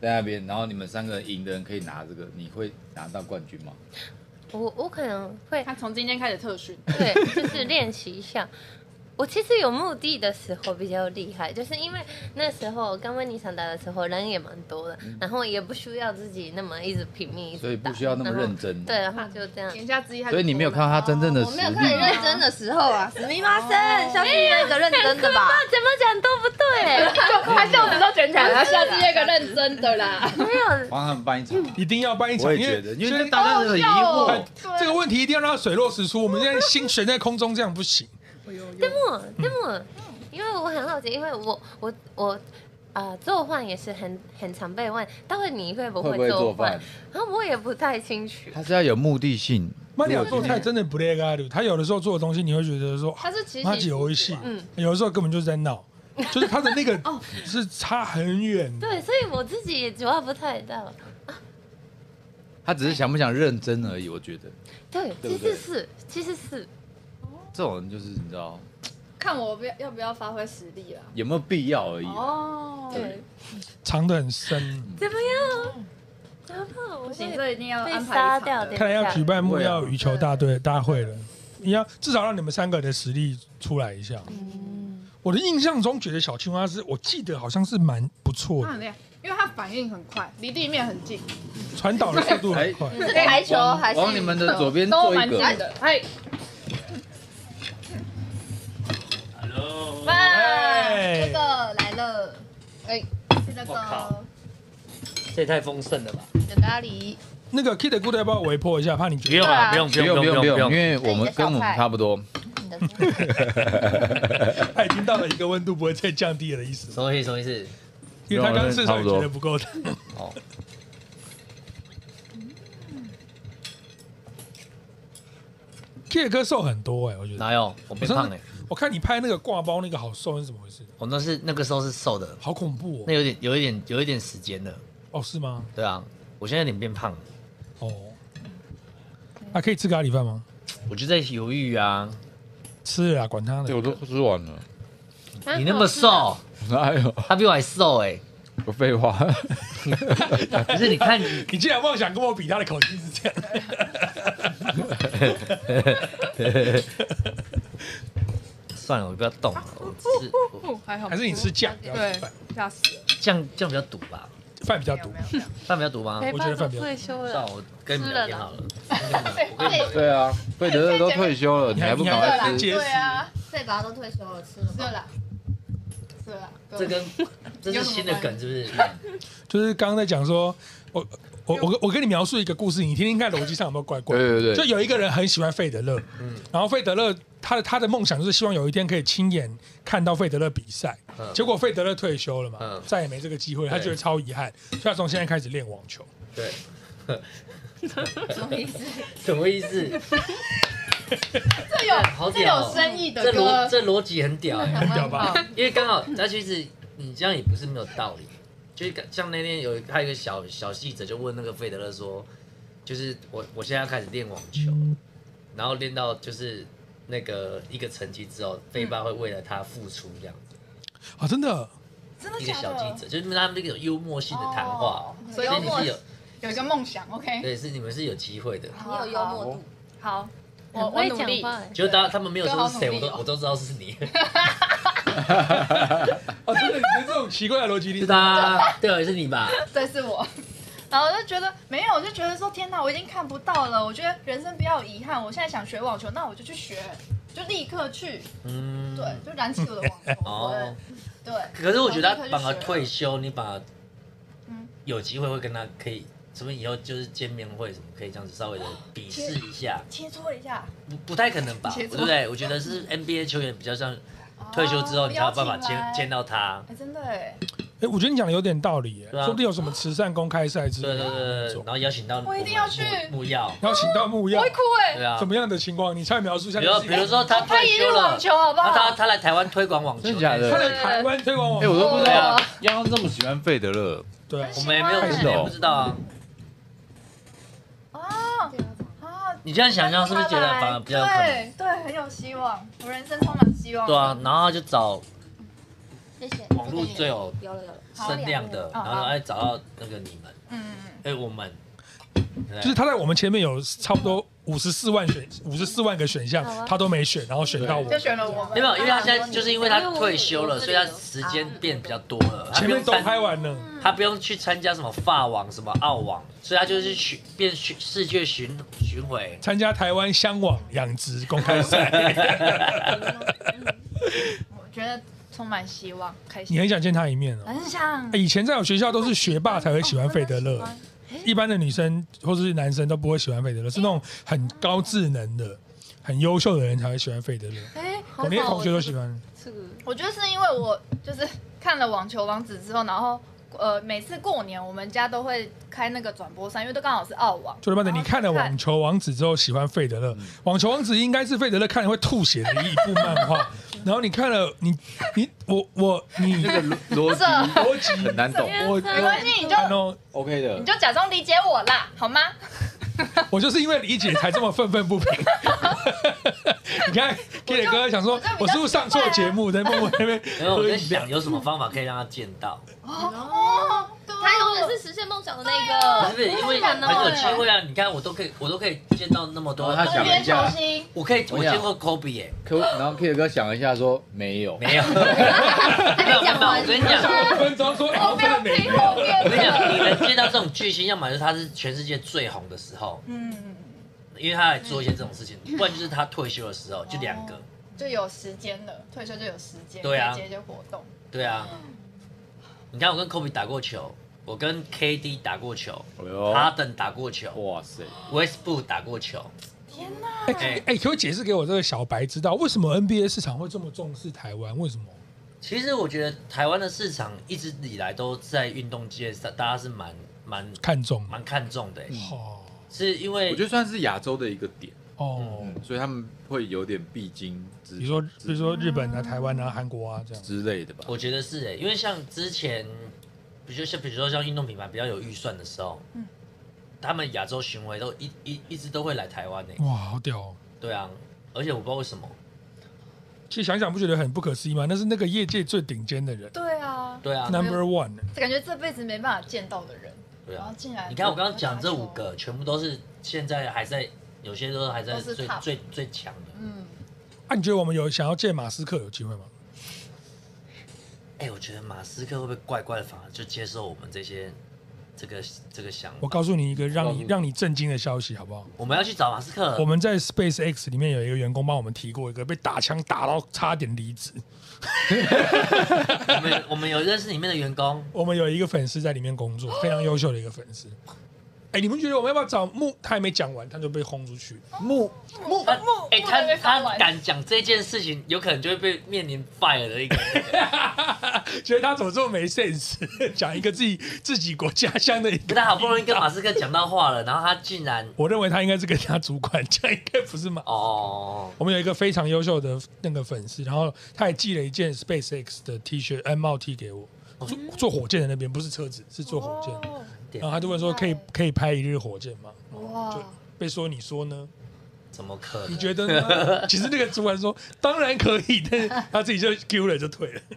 [SPEAKER 3] 在那边，然后你们三个赢的人可以拿这个，你会拿到冠军吗？
[SPEAKER 5] 我我可能会
[SPEAKER 4] 他从今天开始特训，
[SPEAKER 5] 对，就是练习一下。我其实有目的的时候比较厉害，就是因为那时候刚温妮想打的时候人也蛮多的，然后也不需要自己那么一直拼命，一直
[SPEAKER 3] 嗯所以
[SPEAKER 5] 打
[SPEAKER 3] 不需要那么
[SPEAKER 5] 然后
[SPEAKER 3] 认真
[SPEAKER 5] 对，然后就这样。
[SPEAKER 4] 言下之意，
[SPEAKER 3] 所以你没有看到 他真正的
[SPEAKER 2] 哦我
[SPEAKER 3] 实
[SPEAKER 2] 没有看你
[SPEAKER 3] 力。
[SPEAKER 2] 认真的时候啊，史密马森，相信那个认真的吧
[SPEAKER 5] 啊。，怎么讲都不对，
[SPEAKER 4] 他袖子都卷起来了，下次那个认真的啦。
[SPEAKER 5] 没有
[SPEAKER 3] 帮他们办一场，
[SPEAKER 1] 一定要办一
[SPEAKER 3] 我
[SPEAKER 1] 场，
[SPEAKER 3] 也
[SPEAKER 1] 因
[SPEAKER 3] 觉
[SPEAKER 1] 为
[SPEAKER 3] 得，
[SPEAKER 1] 因
[SPEAKER 3] 因为
[SPEAKER 1] 为
[SPEAKER 3] 大家很疑惑
[SPEAKER 4] 哦
[SPEAKER 1] 哎。这
[SPEAKER 4] 啊
[SPEAKER 1] 个问题一定要让它水落石出。我们现在心悬在空中，这样不行。
[SPEAKER 5] でもでも、因为我很好奇，因为我我我啊、呃做饭也是很很常被问，到底你会不
[SPEAKER 3] 会
[SPEAKER 5] 会
[SPEAKER 3] 不会做
[SPEAKER 5] 饭
[SPEAKER 3] 饭？？
[SPEAKER 5] 然后我也不太清楚。
[SPEAKER 3] 他是要有目的性。
[SPEAKER 1] 马里奥做菜真的不累啊，他有的时候做的东西，你会觉得说，
[SPEAKER 4] 他是其实
[SPEAKER 1] 妈几游戏，
[SPEAKER 5] 嗯
[SPEAKER 1] 有的时候根本就是在闹，就是他的那 个
[SPEAKER 3] 哦
[SPEAKER 1] 是差很远的。
[SPEAKER 5] 对，所以我自己也抓不太到。
[SPEAKER 3] 他只是想不想认真而已，我觉得
[SPEAKER 5] 对，
[SPEAKER 3] 对不
[SPEAKER 5] 其
[SPEAKER 3] 对
[SPEAKER 5] 实是其实是
[SPEAKER 3] 这种人就是你知道
[SPEAKER 4] 看我不要要不要发挥实力啊。
[SPEAKER 3] 有没有必要而已。
[SPEAKER 4] 哦，
[SPEAKER 5] 对，
[SPEAKER 1] 藏得很深。
[SPEAKER 5] 怎么样？然后我
[SPEAKER 4] 不行，
[SPEAKER 5] 会
[SPEAKER 4] 这一定要
[SPEAKER 5] 被
[SPEAKER 4] 安排
[SPEAKER 5] 杀
[SPEAKER 4] 一
[SPEAKER 5] 掉
[SPEAKER 4] 场
[SPEAKER 5] 的
[SPEAKER 4] 的。
[SPEAKER 1] 看来要举办木曜羽球大队大会了，你要至少让你们三个的实力出来一下。我的印象中觉得小青蛙是我记得好像是蛮不错
[SPEAKER 4] 他
[SPEAKER 1] 的，
[SPEAKER 4] 很厉害，因为他反应很快，离地面很近，
[SPEAKER 1] 传导的速度很 快。
[SPEAKER 2] 是排球
[SPEAKER 3] 往
[SPEAKER 2] 还是
[SPEAKER 3] 哎往你们的左边
[SPEAKER 4] 都
[SPEAKER 3] 做
[SPEAKER 4] 蛮
[SPEAKER 3] 一
[SPEAKER 4] 近
[SPEAKER 3] 个？
[SPEAKER 4] 的。哎，
[SPEAKER 2] 哇，
[SPEAKER 1] 哎
[SPEAKER 2] 这个来了，哎，是那
[SPEAKER 6] 我靠
[SPEAKER 2] 个
[SPEAKER 6] 这也太丰盛了吧？
[SPEAKER 2] 有咖喱，
[SPEAKER 1] 那个 Kid Good 要不要围破一下？怕你
[SPEAKER 6] 不
[SPEAKER 1] 觉
[SPEAKER 6] 用啊
[SPEAKER 1] 得
[SPEAKER 6] 了，不用，不用，不用，不用
[SPEAKER 3] 因。为我们跟我们差不多。
[SPEAKER 2] 你的
[SPEAKER 1] 他已经到了一个温度不会再降低了的意思，
[SPEAKER 6] 什么意思？什么意思？
[SPEAKER 1] 因为他刚刚至少也觉得不够的。
[SPEAKER 6] 哦，
[SPEAKER 1] Kid 哥瘦很多哎，我觉得。
[SPEAKER 6] 哪有？我变胖了。欸
[SPEAKER 1] 我看你拍那个挂包那个好瘦是怎么回事？
[SPEAKER 6] 我那是那个时候是瘦的，
[SPEAKER 1] 好恐怖
[SPEAKER 6] 那
[SPEAKER 1] 哦！
[SPEAKER 6] 有点有一点有一点时间了，
[SPEAKER 1] 哦，是吗？
[SPEAKER 6] 对啊。我现在有点变胖了，
[SPEAKER 1] 哦，还可以吃咖喱饭吗？
[SPEAKER 6] 我就在犹豫啊。
[SPEAKER 1] 吃了啊，管他 的。
[SPEAKER 3] 我都吃完了。
[SPEAKER 6] 你那么瘦，
[SPEAKER 3] 哎呦，
[SPEAKER 6] 他比我还瘦哎、
[SPEAKER 3] 不废话，
[SPEAKER 6] 可是你看你，
[SPEAKER 1] 你竟然妄想跟我比，他的口气是这 样。
[SPEAKER 6] 算了，我不要动了，我吃
[SPEAKER 4] 哦，还好
[SPEAKER 1] 还是你吃酱比较
[SPEAKER 4] 对
[SPEAKER 1] 饭，
[SPEAKER 4] 吓死了，
[SPEAKER 6] 酱酱比较毒吧？
[SPEAKER 1] 饭比较多。
[SPEAKER 6] 饭比较毒吗？
[SPEAKER 5] 没
[SPEAKER 1] 我觉得
[SPEAKER 5] 办法
[SPEAKER 1] 犯不了
[SPEAKER 5] 退休
[SPEAKER 6] 算
[SPEAKER 5] 了
[SPEAKER 6] 了，。我跟你们聊天好了。我跟你 们
[SPEAKER 3] 对啊，费德勒都退休了，
[SPEAKER 1] 你
[SPEAKER 3] 你
[SPEAKER 1] 还
[SPEAKER 3] 还不赶快吃？
[SPEAKER 1] 节
[SPEAKER 4] 对啊，
[SPEAKER 2] 贝宝都退休了，吃了
[SPEAKER 4] 对
[SPEAKER 2] 吗？
[SPEAKER 4] 啦，对啊啦，
[SPEAKER 6] 这跟这是新的梗是不是？
[SPEAKER 1] 就是刚刚在讲说，我我我我跟你描述一个故事，你听听看逻辑上有没有怪怪。
[SPEAKER 3] 对对对嗯
[SPEAKER 1] 就有一个人很喜欢费德勒，然后费德勒他的他的梦想就是希望有一天可以亲眼看到费德勒比赛。
[SPEAKER 6] 嗯
[SPEAKER 1] 结果费德勒退休了嘛
[SPEAKER 6] 嗯，
[SPEAKER 1] 再也没这个机会，他
[SPEAKER 6] 对
[SPEAKER 1] 觉得超遗憾，所以他从现在开始练网球。
[SPEAKER 6] 对，
[SPEAKER 2] 什么意思？
[SPEAKER 6] 什么意思？
[SPEAKER 4] 这有
[SPEAKER 6] 好
[SPEAKER 4] 这
[SPEAKER 6] 屌
[SPEAKER 4] 有
[SPEAKER 6] 哦！
[SPEAKER 4] 深意的
[SPEAKER 6] 这逻
[SPEAKER 4] 歌，
[SPEAKER 6] 这逻辑很屌欸，
[SPEAKER 1] 屌吧
[SPEAKER 2] 很好
[SPEAKER 6] 因为刚好那其实你这样也不是没有道理，就是像那天有还有一个小小记者就问那个费德勒说，就是我我现在要开始练网球，然后练到就是那个一个成绩之后，费爸会为了他付出这样子。
[SPEAKER 1] 啊，真的，
[SPEAKER 4] 真的
[SPEAKER 6] 一个
[SPEAKER 4] 假
[SPEAKER 6] 小记
[SPEAKER 4] 的？
[SPEAKER 6] 者，就是他们那个有幽默性的谈话
[SPEAKER 4] 哦，
[SPEAKER 6] 所以你
[SPEAKER 4] 幽默
[SPEAKER 6] 是有
[SPEAKER 4] 有一个梦想，OK，
[SPEAKER 6] 对是你们是有机会的。
[SPEAKER 2] 你有幽默度，
[SPEAKER 4] 好，我
[SPEAKER 5] 很
[SPEAKER 4] 我
[SPEAKER 5] 会
[SPEAKER 4] 努
[SPEAKER 5] 讲
[SPEAKER 4] 力。
[SPEAKER 5] 话欸，
[SPEAKER 6] 就当他们没有说是谁，
[SPEAKER 4] 对好努
[SPEAKER 6] 我都
[SPEAKER 4] 力哦
[SPEAKER 6] 我都知道是 你。
[SPEAKER 1] 哦，真的，你们这种奇怪的逻辑力
[SPEAKER 6] 是，他， 对，啊是你吧？
[SPEAKER 4] 这是我。 然后我就觉得没有，我就觉得说天哪，我已经看不到了。我觉得人生不要有遗憾，我现在想学网球，那我就去学，就立刻去，
[SPEAKER 6] 嗯，
[SPEAKER 4] 对，就燃起我的网球
[SPEAKER 6] 哦
[SPEAKER 4] 魂。，对，
[SPEAKER 6] 可是我觉得他反而
[SPEAKER 4] 立刻去学
[SPEAKER 6] 退休，你把
[SPEAKER 4] 嗯
[SPEAKER 6] 有机会会跟他可以什么以后就是见面会什么，可以这样子稍微的
[SPEAKER 4] 哦
[SPEAKER 6] 比试一下，
[SPEAKER 4] 切磋一下，
[SPEAKER 6] 不不太可能吧？对
[SPEAKER 2] 切磋
[SPEAKER 6] 不对？我觉得是 NBA 球员比较像
[SPEAKER 4] 哦
[SPEAKER 6] 退休之后，你才有办法见见
[SPEAKER 4] 到。
[SPEAKER 6] 到他。
[SPEAKER 4] 哎，真的哎，
[SPEAKER 6] 哦
[SPEAKER 1] 哎，我觉得你讲的有点道理耶，
[SPEAKER 6] 对啊
[SPEAKER 1] 说不定有什么慈善公开赛之
[SPEAKER 6] 对
[SPEAKER 1] 类
[SPEAKER 6] 对
[SPEAKER 1] 的
[SPEAKER 6] 对
[SPEAKER 1] 那
[SPEAKER 6] 对，
[SPEAKER 1] 种
[SPEAKER 6] 然，后邀请到
[SPEAKER 4] 我一定要去
[SPEAKER 6] 木木曜，
[SPEAKER 1] 然后请到木曜
[SPEAKER 4] 我会哭哎。
[SPEAKER 6] 对啊
[SPEAKER 1] 怎，么样的情况？你稍微描述一下。
[SPEAKER 6] 比如
[SPEAKER 1] 就是
[SPEAKER 6] 比如说他
[SPEAKER 4] 哦他
[SPEAKER 6] 退
[SPEAKER 4] 一
[SPEAKER 6] 休
[SPEAKER 4] 日
[SPEAKER 6] 了
[SPEAKER 4] 网，球好不
[SPEAKER 6] 那他
[SPEAKER 4] 好？
[SPEAKER 6] 他来台湾推广网球，
[SPEAKER 3] 真的假的
[SPEAKER 1] 他在台湾推广网
[SPEAKER 3] 哎，我都不知
[SPEAKER 4] 对
[SPEAKER 3] 道
[SPEAKER 4] 啊
[SPEAKER 3] 央央这么喜欢费德勒，
[SPEAKER 1] 对啊，
[SPEAKER 6] 我们也没有
[SPEAKER 4] 真
[SPEAKER 3] 的哦
[SPEAKER 6] 也不知道啊。
[SPEAKER 4] 啊啊！
[SPEAKER 6] 你这样想象是不是觉得反而比较有可能？
[SPEAKER 4] 对对，很有希望，我人生充满希望。
[SPEAKER 6] 对啊，然后就找
[SPEAKER 2] 谢谢。
[SPEAKER 6] 网络最有
[SPEAKER 2] 有了有了，
[SPEAKER 6] 声量的，
[SPEAKER 4] 好
[SPEAKER 6] 然后哎找到那个你们，
[SPEAKER 4] 嗯，
[SPEAKER 6] 哎我们，对
[SPEAKER 1] 就是他在我们前面有差不多五十四万选五十四万个选项
[SPEAKER 5] 好，啊
[SPEAKER 1] 他都没选，然后选到我
[SPEAKER 4] 就。选了我们。
[SPEAKER 6] 没有，因为他现在就是因为他退休了，所以他时间变比较多了，他
[SPEAKER 1] 啊前
[SPEAKER 6] 不
[SPEAKER 1] 面
[SPEAKER 6] 用
[SPEAKER 1] 都
[SPEAKER 6] 参
[SPEAKER 1] 拍完
[SPEAKER 4] 嗯
[SPEAKER 1] 了，
[SPEAKER 6] 他不用去参加什么法网、什么澳网，所以他就是巡变巡世界巡巡回。
[SPEAKER 1] 参加台湾香网养殖公开赛，
[SPEAKER 4] 我觉得充满希望，开
[SPEAKER 1] 你
[SPEAKER 4] 心，
[SPEAKER 1] 很想见他一面哦。
[SPEAKER 4] 很想
[SPEAKER 1] 哎。以前在我学校都是学霸才会喜欢费德勒，一般的女生或者是男生都不会喜欢费德勒，是
[SPEAKER 4] 哎
[SPEAKER 1] 那种很高智能的、很优秀的人才会喜欢费德勒。
[SPEAKER 4] 哎，
[SPEAKER 1] 我连同学都喜欢。
[SPEAKER 4] 我觉得是因为我就是看了《网球王子》之后，然后呃，每次过年我们家都会开那个转播赛，因为都刚好是澳网。
[SPEAKER 1] 就他妈的，你看了《网球王子》之后喜欢费德勒，《网球王子》应该是费德勒看了会吐血的一部漫 画。然后你看了，你你我我你
[SPEAKER 3] 那个逻逻辑逻辑很难懂。
[SPEAKER 1] 我
[SPEAKER 4] 没关系，你就
[SPEAKER 1] 看哦，
[SPEAKER 3] OK
[SPEAKER 4] 你
[SPEAKER 3] 的，
[SPEAKER 4] 就假装理解我啦，好吗？
[SPEAKER 1] 我就是因为理解才这么愤愤不 平。你看 K 哥想说，我是不是上错节目，在默默那边
[SPEAKER 6] 然后
[SPEAKER 1] 喝
[SPEAKER 6] 我在
[SPEAKER 1] 饮料
[SPEAKER 6] 想？有什么方法可以让他见到，
[SPEAKER 4] 哦，对
[SPEAKER 2] 他永哎远是实现梦想的那
[SPEAKER 6] 不
[SPEAKER 2] 个，
[SPEAKER 6] 是因为
[SPEAKER 2] 啊想
[SPEAKER 6] 很
[SPEAKER 2] 的
[SPEAKER 6] 有机会啊！你看我都可以，我都可以见到那么多。
[SPEAKER 3] 哦他想
[SPEAKER 4] 边
[SPEAKER 3] 一下
[SPEAKER 4] 球星，
[SPEAKER 6] 我可以，
[SPEAKER 3] 我
[SPEAKER 6] 我
[SPEAKER 3] 想
[SPEAKER 6] 见过 Kobe 耶，
[SPEAKER 3] 可然后 K 哥想一下说没有，
[SPEAKER 1] 哎
[SPEAKER 6] 没有，没有，没有，我跟你讲，
[SPEAKER 1] 五分钟说，哎
[SPEAKER 4] 我
[SPEAKER 1] 我
[SPEAKER 4] 不
[SPEAKER 1] 看
[SPEAKER 4] 要
[SPEAKER 1] 了没
[SPEAKER 4] 听后
[SPEAKER 6] 我跟你
[SPEAKER 4] 面的。
[SPEAKER 6] 讲，你能见到这种巨星，要么就是他是全世界最红的时候，
[SPEAKER 4] 嗯，
[SPEAKER 6] 因为他来做一些这种事情，不然就是他退休的时候，就两个。
[SPEAKER 4] 就有时间了，退休就有时间，
[SPEAKER 6] 对啊
[SPEAKER 4] 可以接一些活动。
[SPEAKER 6] 对啊，你看我跟 Kobe 打过球，我跟 KD 打过球，
[SPEAKER 3] 哎呦
[SPEAKER 6] 哈登打过球
[SPEAKER 3] 哇塞，
[SPEAKER 6] ，Westbrook 打过球，
[SPEAKER 4] 天哪！
[SPEAKER 6] 哎
[SPEAKER 1] 哎，可不可以解释给我这个小白知道，为什么 NBA 市场会这么重视台湾？为什么？
[SPEAKER 6] 其实我觉得台湾的市场一直以来都在运动界，大家是蛮蛮
[SPEAKER 1] 看中
[SPEAKER 6] 蛮看重的、
[SPEAKER 1] 哦
[SPEAKER 6] 是因为
[SPEAKER 3] 我觉得算是亚洲的一个点，
[SPEAKER 1] 哦，
[SPEAKER 3] 嗯，所以他们会有点必经之，
[SPEAKER 1] 比如说比如说日本啊、台湾啊、韩国啊这样。
[SPEAKER 3] 之类的吧。
[SPEAKER 6] 我觉得是哎、因为像之前，比如像比如说像运动品牌比较有预算的时候，
[SPEAKER 4] 嗯
[SPEAKER 6] 他们亚洲巡回都一一一直都会来台湾呢、欸
[SPEAKER 1] 哇，好屌、哦！
[SPEAKER 6] 对啊，而且我不知道为什么，
[SPEAKER 1] 啊其实想想不觉得很不可思议吗？那是那个业界最顶尖的人
[SPEAKER 4] 对啊，
[SPEAKER 6] 对啊，
[SPEAKER 1] ，Number One。
[SPEAKER 4] 感觉这辈子没办法见到的人，
[SPEAKER 6] 对
[SPEAKER 4] 然后
[SPEAKER 6] 啊。
[SPEAKER 4] 竟然
[SPEAKER 6] 你看我刚刚讲这五，个，全部都是现在还在，有些都还在
[SPEAKER 4] 都是
[SPEAKER 6] 最
[SPEAKER 4] top
[SPEAKER 6] 最最强的。
[SPEAKER 4] 嗯，
[SPEAKER 1] 啊，你觉得我们有想要见马斯克有机会吗？
[SPEAKER 6] 哎、我觉得马斯克会不会怪怪的，反而就接受我们这些这个这个想
[SPEAKER 1] 我
[SPEAKER 6] 法？
[SPEAKER 1] 告诉你一个让
[SPEAKER 3] 告诉
[SPEAKER 1] 你
[SPEAKER 3] 你
[SPEAKER 1] 让你震惊的消息，好不好？
[SPEAKER 6] 我们要去找马斯克
[SPEAKER 1] 我，们在 SpaceX 里面有一个员工帮我们提过一个被打枪打到差点离职。
[SPEAKER 6] 我们我们有认识里面的员工，
[SPEAKER 1] 我们有一个粉丝在里面工作，非常优秀的一个粉丝。哎，你们觉得我们要不要找木？他还没讲完，他就被轰出去。
[SPEAKER 3] 木
[SPEAKER 4] 木
[SPEAKER 6] 他
[SPEAKER 4] 木
[SPEAKER 6] 哎、
[SPEAKER 4] 木还
[SPEAKER 6] 他
[SPEAKER 4] 没发
[SPEAKER 6] 他
[SPEAKER 4] 完
[SPEAKER 6] 敢讲这件事情，有可能就会被面临 fire 的一个。
[SPEAKER 1] 觉得他怎么这么没 sense，讲一 个自己自己国家乡的一个
[SPEAKER 6] 可他好不容易跟马斯克讲到话了，然后他竟然
[SPEAKER 1] 我认为他应该是跟他主管，这样应该不是吗？
[SPEAKER 6] 哦，
[SPEAKER 1] 我们有一个非常优秀的那个粉丝，然后他也寄了一件 SpaceX 的 T 恤、呃帽 T 给我，做做火箭的那边不是车子，是做火箭。然后哦他就问说：“可以可以拍一日火箭吗？”
[SPEAKER 4] 哇
[SPEAKER 1] 就，被说你说呢？
[SPEAKER 6] 怎么可能？
[SPEAKER 1] 你觉得呢？ 其实那个主管说：“当然可以。”但是他自己就 Q 了，就退了。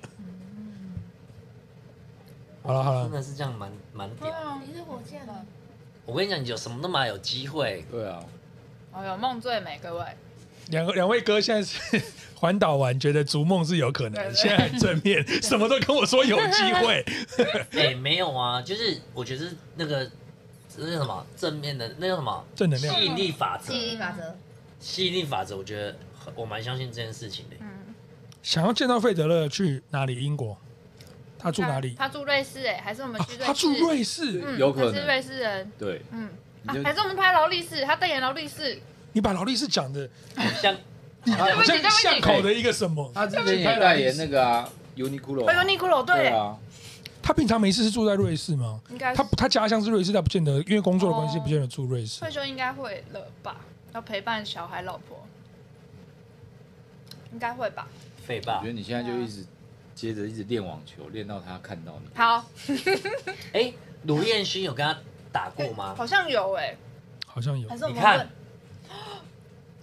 [SPEAKER 1] 好了好
[SPEAKER 6] 真
[SPEAKER 1] 了，
[SPEAKER 6] 的是这样蛮蛮屌
[SPEAKER 4] 啊对？啊，
[SPEAKER 2] 你是火箭了，
[SPEAKER 6] 我跟你讲，你有什么都蛮有机会。
[SPEAKER 3] 对啊，
[SPEAKER 4] 哎呦，梦最美，各位，
[SPEAKER 1] 两个两位哥现在是环岛完，觉得逐梦是有可能的，
[SPEAKER 4] 对对
[SPEAKER 1] 现在很正 面，什么都跟我说有机会。
[SPEAKER 6] 哎、没有啊，就是我觉得是那个那叫什么正面的那叫什么
[SPEAKER 1] 正能量
[SPEAKER 6] 吸引力法则，
[SPEAKER 4] 嗯
[SPEAKER 2] 吸引力法则，
[SPEAKER 6] 吸引力法则，我觉得很我蛮相信这件事情的。
[SPEAKER 4] 嗯，
[SPEAKER 1] 想要见到费德勒去哪里？英国。他住哪里？
[SPEAKER 4] 他住瑞士哎、还是我们
[SPEAKER 1] 啊
[SPEAKER 4] 去瑞士？
[SPEAKER 1] 他住瑞士，
[SPEAKER 4] 嗯，
[SPEAKER 3] 有可能
[SPEAKER 4] 他是瑞士人，
[SPEAKER 3] 对，
[SPEAKER 4] 嗯，
[SPEAKER 3] 你
[SPEAKER 4] 啊
[SPEAKER 3] 就、
[SPEAKER 4] 还是我们拍劳力士，他代言劳力士，
[SPEAKER 1] 你把劳力士讲的
[SPEAKER 4] 嗯
[SPEAKER 6] 像
[SPEAKER 1] 好像
[SPEAKER 4] 对不起
[SPEAKER 1] 巷口的一个什么？
[SPEAKER 4] 嗯
[SPEAKER 3] 他之前也代言那个啊，Uniqlo，
[SPEAKER 4] 哎
[SPEAKER 3] 啊
[SPEAKER 4] 呦，尼古罗
[SPEAKER 3] 对
[SPEAKER 4] 对，
[SPEAKER 3] 啊，
[SPEAKER 1] 他平常没事是住在瑞士吗？
[SPEAKER 4] 应该是
[SPEAKER 1] 他他家乡是瑞士，但不见得因为工作的关系，
[SPEAKER 4] 哦
[SPEAKER 1] 不见得住瑞士
[SPEAKER 4] 退。休应该会了吧？要陪伴小孩、老婆，应该会吧？
[SPEAKER 6] 废
[SPEAKER 3] 我
[SPEAKER 6] 吧
[SPEAKER 3] 觉得？你现在就一直接着一直练网球，练到他看到你。
[SPEAKER 4] 好，
[SPEAKER 6] 哎，卢彦勋有跟他打过吗？
[SPEAKER 4] 好像有哎、
[SPEAKER 1] 好像有
[SPEAKER 4] 还是我
[SPEAKER 6] 你
[SPEAKER 4] 们
[SPEAKER 6] 看
[SPEAKER 4] 问，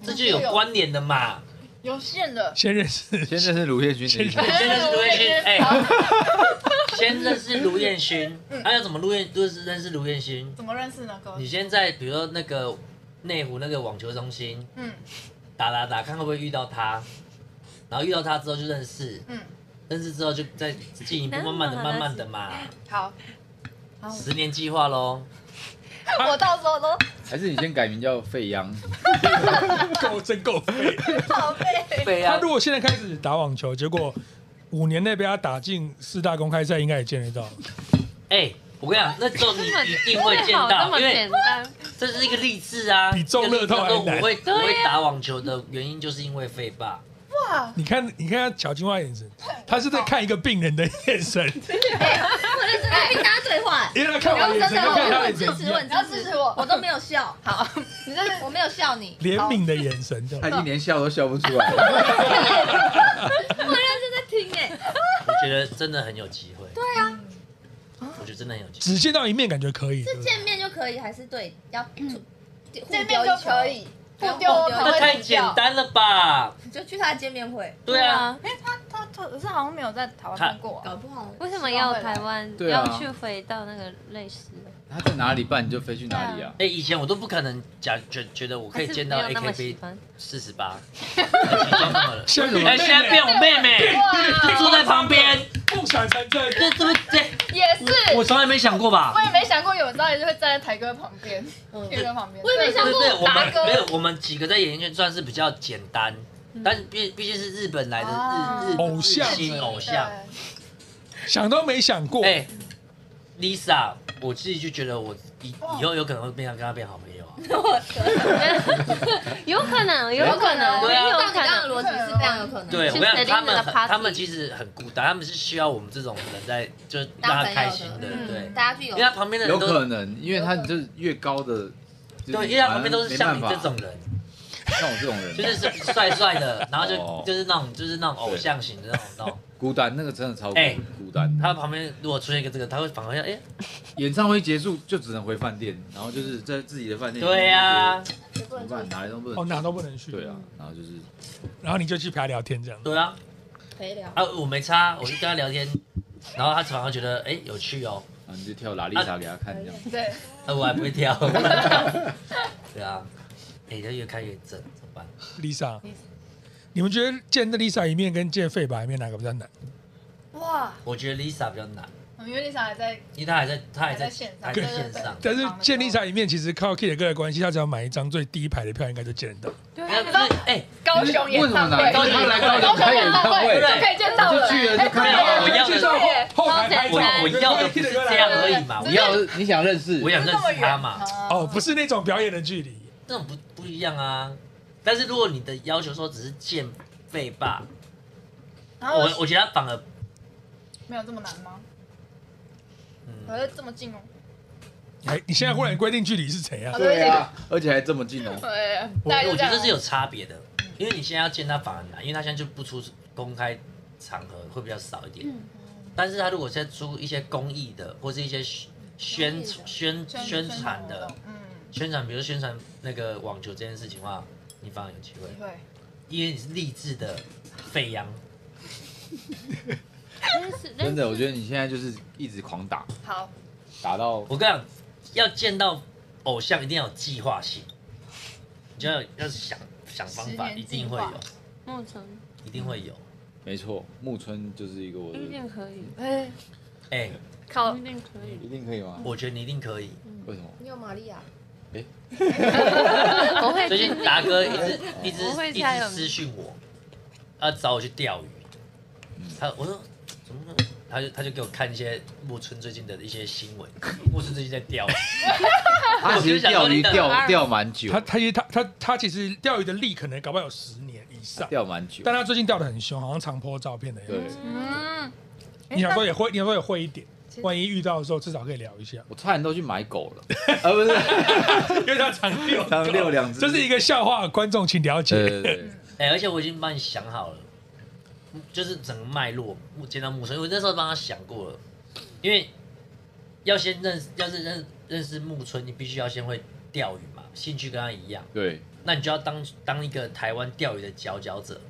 [SPEAKER 6] 这就有关联 的嘛。
[SPEAKER 4] 有线的，
[SPEAKER 1] 先认识，
[SPEAKER 3] 现在是卢彦勋的意思，
[SPEAKER 6] 先认识卢彦勋，哎、
[SPEAKER 4] 好
[SPEAKER 6] 先认识卢彦勋， 哎、要怎么卢彦认识认识卢彦勋？
[SPEAKER 4] 嗯怎么认识呢？ 哥
[SPEAKER 6] 你，先在比如说那个内湖那个网球中心
[SPEAKER 4] 嗯
[SPEAKER 6] 打打打，看会不会遇到他，然后遇到他之后就认识，
[SPEAKER 4] 嗯，
[SPEAKER 6] 认识之后就再进一步慢慢的、慢慢的嘛，
[SPEAKER 4] 好，
[SPEAKER 6] 十年计划喽。
[SPEAKER 4] 我到时候都
[SPEAKER 3] 还是你先改名叫费央？
[SPEAKER 1] 够真够费。
[SPEAKER 4] 报备。
[SPEAKER 6] 对
[SPEAKER 1] 他
[SPEAKER 6] 呀、
[SPEAKER 1] 如果现在开始打网球，结果五年内被他打进四大公开赛，应该也见得到。
[SPEAKER 6] 哎、我跟你讲，那时候你一定会见
[SPEAKER 5] 好这
[SPEAKER 6] 到，
[SPEAKER 5] 么
[SPEAKER 6] 因为
[SPEAKER 5] 简单，
[SPEAKER 6] 这是一个励志啊，
[SPEAKER 1] 比中乐透还难
[SPEAKER 6] 一个励志我会
[SPEAKER 5] 啊
[SPEAKER 6] 我会打网球的原因就是因为费爸。
[SPEAKER 1] 你看，你看他小青蛙眼神，他是在看一个病人的眼神，
[SPEAKER 2] 我就是在
[SPEAKER 5] 哎
[SPEAKER 2] 跟大家对话。
[SPEAKER 1] 因为他看我的眼神，
[SPEAKER 2] 真
[SPEAKER 1] 跟
[SPEAKER 2] 的，
[SPEAKER 1] 看他
[SPEAKER 2] 我
[SPEAKER 1] 的
[SPEAKER 2] 很
[SPEAKER 1] 眼
[SPEAKER 2] 支
[SPEAKER 1] 神一
[SPEAKER 2] 持，我
[SPEAKER 1] 样
[SPEAKER 2] 很，
[SPEAKER 4] 要
[SPEAKER 2] 支
[SPEAKER 4] 支
[SPEAKER 2] 持
[SPEAKER 4] 持我
[SPEAKER 2] 我都没有笑。好，
[SPEAKER 4] 你这是
[SPEAKER 2] 我没有笑你，
[SPEAKER 1] 怜悯的眼神，这
[SPEAKER 3] 他
[SPEAKER 1] 样
[SPEAKER 3] 已经连笑都笑不出来了。
[SPEAKER 2] 我认真在听哎。
[SPEAKER 6] 我觉得真的很有机会。对啊，我觉得真的很有机会。
[SPEAKER 1] 只见到一面，感觉可以。对
[SPEAKER 2] 是
[SPEAKER 1] 不对
[SPEAKER 2] 见面就可以，还是对要互
[SPEAKER 4] 见面就可，以，不
[SPEAKER 2] 不用
[SPEAKER 4] 丢我
[SPEAKER 2] 不
[SPEAKER 4] 可能
[SPEAKER 2] 用
[SPEAKER 6] 那
[SPEAKER 4] 会
[SPEAKER 6] 太
[SPEAKER 4] 死
[SPEAKER 6] 简
[SPEAKER 4] 掉。
[SPEAKER 6] 单了吧？
[SPEAKER 2] 你就去他的见面会，
[SPEAKER 6] 对啊，
[SPEAKER 4] 哎，他他他可是好像没有在台湾
[SPEAKER 6] 他
[SPEAKER 4] 看过啊，
[SPEAKER 2] 搞不好
[SPEAKER 5] 为什么要台湾？
[SPEAKER 3] 对啊
[SPEAKER 5] 要去回到那个类似的？
[SPEAKER 3] 他在哪里办你就飞去哪里啊？
[SPEAKER 6] 哎，以前我都不可能假觉觉得我可以见到
[SPEAKER 5] 还是没有那么喜
[SPEAKER 6] AKB
[SPEAKER 5] 欢
[SPEAKER 6] 四十 八，哎其中那么了
[SPEAKER 1] 现在
[SPEAKER 6] 哎，现在变我妹妹坐在旁边，
[SPEAKER 1] 梦想成真，
[SPEAKER 6] 这这不这
[SPEAKER 4] 也是，
[SPEAKER 6] 我从来没想过吧
[SPEAKER 4] 我？也没想过有人到底就会站在台哥旁边，天哥旁边，
[SPEAKER 2] 我也没想
[SPEAKER 6] 对
[SPEAKER 2] 过
[SPEAKER 6] 对，我
[SPEAKER 4] 达
[SPEAKER 6] 们
[SPEAKER 4] 哥
[SPEAKER 6] 没有，我们几个在演艺圈算是比较简单，但毕毕竟是日本来的
[SPEAKER 4] 啊
[SPEAKER 6] 日日
[SPEAKER 1] 偶像
[SPEAKER 6] 日星偶
[SPEAKER 4] 对
[SPEAKER 6] 像，
[SPEAKER 1] 想都没想过。
[SPEAKER 6] 哎、l i s a 我自己就觉得我以
[SPEAKER 4] 哇
[SPEAKER 6] 以后有可能会变成跟她变好朋友啊。
[SPEAKER 5] 有可能，有可能，
[SPEAKER 6] 对啊
[SPEAKER 5] 有
[SPEAKER 2] 照你
[SPEAKER 5] 可
[SPEAKER 2] 刚刚
[SPEAKER 5] 能。
[SPEAKER 2] 的逻辑是非常有可能。
[SPEAKER 6] 对，我
[SPEAKER 5] 去
[SPEAKER 6] 跟你讲，
[SPEAKER 5] Selina
[SPEAKER 6] 他们
[SPEAKER 5] 的
[SPEAKER 6] 很
[SPEAKER 5] party
[SPEAKER 6] 他们其实很孤单，他们是需要我们这种人在，就是
[SPEAKER 2] 当
[SPEAKER 6] 让他
[SPEAKER 2] 朋友
[SPEAKER 6] 开心
[SPEAKER 2] 的
[SPEAKER 6] 的，
[SPEAKER 4] 嗯
[SPEAKER 6] 对。啊
[SPEAKER 2] 大家去有
[SPEAKER 6] 因为他旁边的
[SPEAKER 3] 有
[SPEAKER 6] 人
[SPEAKER 3] 可
[SPEAKER 6] 都
[SPEAKER 3] 能，因为他就是越高的，就
[SPEAKER 6] 对，
[SPEAKER 3] 是
[SPEAKER 6] 因为他旁边都是像你这种
[SPEAKER 3] 没
[SPEAKER 6] 人，
[SPEAKER 3] 办法像我这种人，
[SPEAKER 6] 就是帅帅 的，然后
[SPEAKER 3] 哦
[SPEAKER 6] 就就是那种就是那种偶像型的那种那种。
[SPEAKER 3] 孤单，那个真的超
[SPEAKER 6] 哎
[SPEAKER 3] 孤单。
[SPEAKER 6] 他旁边如果出现一个这个，他会反而要哎，
[SPEAKER 3] 演唱会结束就只能回饭店，然后就是在自己的饭店。
[SPEAKER 6] 对啊呀，
[SPEAKER 3] 怎么办？哪里都不
[SPEAKER 1] 哦，
[SPEAKER 3] 能。
[SPEAKER 1] 哪都不能去。
[SPEAKER 3] 对啊，，然后就是
[SPEAKER 1] 然后你就去陪他聊天这样。
[SPEAKER 6] 对啊，
[SPEAKER 2] 可以聊。
[SPEAKER 6] 啊我没差，我就跟他聊天， 然后他反而觉得哎有趣哦，
[SPEAKER 3] 然后你就跳拉力莎给他看这样。
[SPEAKER 4] 对，
[SPEAKER 6] 啊我还不会 跳，对啊，哎他越看越正，怎么办？
[SPEAKER 1] Lisa，你们觉得见那 Lisa 一面跟见费吧一面哪个比较难？
[SPEAKER 4] 哇，
[SPEAKER 6] 我觉得 Lisa 比较难，
[SPEAKER 4] 我们月丽莎还在
[SPEAKER 6] 因为她还在她还
[SPEAKER 4] 还在
[SPEAKER 6] 在
[SPEAKER 4] 线上
[SPEAKER 6] 她还在线上。
[SPEAKER 1] 但是见 Lisa 一面，其实靠 Kid 哥的关系，他只要买一张最低排的票，应该就见得到。
[SPEAKER 6] 那那哎，
[SPEAKER 4] 高雄演
[SPEAKER 3] 为什么
[SPEAKER 4] 唱
[SPEAKER 3] 哪
[SPEAKER 4] 会，
[SPEAKER 3] 天他来高雄
[SPEAKER 4] 高雄
[SPEAKER 3] 开
[SPEAKER 4] 演
[SPEAKER 3] 演
[SPEAKER 4] 唱
[SPEAKER 3] 唱
[SPEAKER 4] 会
[SPEAKER 3] 会
[SPEAKER 4] 就可以见到
[SPEAKER 3] 就
[SPEAKER 4] 了，
[SPEAKER 3] 去了就看到
[SPEAKER 6] 我
[SPEAKER 3] 了。
[SPEAKER 6] 要
[SPEAKER 1] 介绍后台拍照
[SPEAKER 6] 我我要的不是这样而已嘛，我
[SPEAKER 3] 你
[SPEAKER 6] 要
[SPEAKER 3] 要你想认识，
[SPEAKER 6] 我想
[SPEAKER 4] 这
[SPEAKER 6] 认
[SPEAKER 4] 么
[SPEAKER 6] 识他
[SPEAKER 4] 远
[SPEAKER 6] 嘛，
[SPEAKER 1] 哦，不是那种表演的距离，
[SPEAKER 6] 这种不不一样啊。但是如果你的要求说只是见费吧，
[SPEAKER 4] 然后
[SPEAKER 6] 我我觉得他反而
[SPEAKER 4] 没有这么难吗？我
[SPEAKER 6] 嗯，
[SPEAKER 4] 就这么近哦，
[SPEAKER 1] 哎，你现在忽然规定距离是怎样
[SPEAKER 4] 好？
[SPEAKER 3] 对啊，而且还这么近哦。
[SPEAKER 4] 对，
[SPEAKER 1] 我
[SPEAKER 4] 大概
[SPEAKER 6] 我
[SPEAKER 4] 就
[SPEAKER 6] 觉得
[SPEAKER 4] 样啊
[SPEAKER 6] 这是有差别的，因为你现在要见他反而啊难，因为他现在就不出公开场合会比较少一点。
[SPEAKER 4] 嗯
[SPEAKER 6] 但是他如果现在出一些公益的或是一些宣宣宣宣传的，
[SPEAKER 4] 嗯，
[SPEAKER 6] 宣传，比如宣传那个网球这件事情的话，你反而有机会，
[SPEAKER 4] 机会。
[SPEAKER 6] 因为你是励志的飞扬。
[SPEAKER 5] 认识
[SPEAKER 3] 真
[SPEAKER 5] 认识
[SPEAKER 3] 的，我觉得你现在就是一直狂打，
[SPEAKER 4] 好，
[SPEAKER 3] 打到
[SPEAKER 6] 我跟你讲，要见到偶像一定要有计划性，你就要要想想方法，
[SPEAKER 4] 十
[SPEAKER 6] 一
[SPEAKER 4] 年计
[SPEAKER 6] 定
[SPEAKER 4] 划
[SPEAKER 6] 会有，
[SPEAKER 5] 木城
[SPEAKER 6] 一定会有。
[SPEAKER 3] 没错，木村就是一个我的
[SPEAKER 5] 一定可以，
[SPEAKER 4] 哎，
[SPEAKER 6] 哎、
[SPEAKER 4] 靠
[SPEAKER 5] 一，定可以。
[SPEAKER 3] 一定可以吗？
[SPEAKER 6] 我觉得你一定可以。
[SPEAKER 3] 为什么？
[SPEAKER 2] 你有玛利亚，
[SPEAKER 5] 我会
[SPEAKER 6] 最近达哥一 直一
[SPEAKER 5] 我
[SPEAKER 6] 直
[SPEAKER 5] 会
[SPEAKER 6] 一
[SPEAKER 5] 加油嗯
[SPEAKER 6] 直私讯我，要找我去钓鱼。他我说怎么呢？他就他就给我看一些木村最近的一些新闻，木村最近在钓鱼，
[SPEAKER 3] 他其实钓鱼钓钓蛮久
[SPEAKER 1] 他，他其实他他他其实钓鱼的历可能搞不好有十年以上，
[SPEAKER 3] 钓蛮久。
[SPEAKER 1] 但他最近钓的很凶，好像常 po 照片的样
[SPEAKER 3] 对
[SPEAKER 1] 子。，
[SPEAKER 4] 嗯，
[SPEAKER 1] 你想说也会，你想说也会一点
[SPEAKER 4] 其实，
[SPEAKER 1] 万一遇到的时候至少可以聊一下，
[SPEAKER 3] 我差点都去买狗 了，啊不是，
[SPEAKER 1] 因为他常遛，
[SPEAKER 3] 常遛两只
[SPEAKER 1] 这是一个笑话，观众请了
[SPEAKER 3] 对
[SPEAKER 1] 解。
[SPEAKER 3] 对对，
[SPEAKER 6] 哎、而且我已经帮你想好了，就是整个脉络，我见到木村，我那时候帮他想过了，因为要先认识，要是认认识木村，你必须要先会钓鱼嘛，兴趣跟他一样，
[SPEAKER 3] 对，
[SPEAKER 6] 那你就要当当一个台湾钓鱼的佼佼者，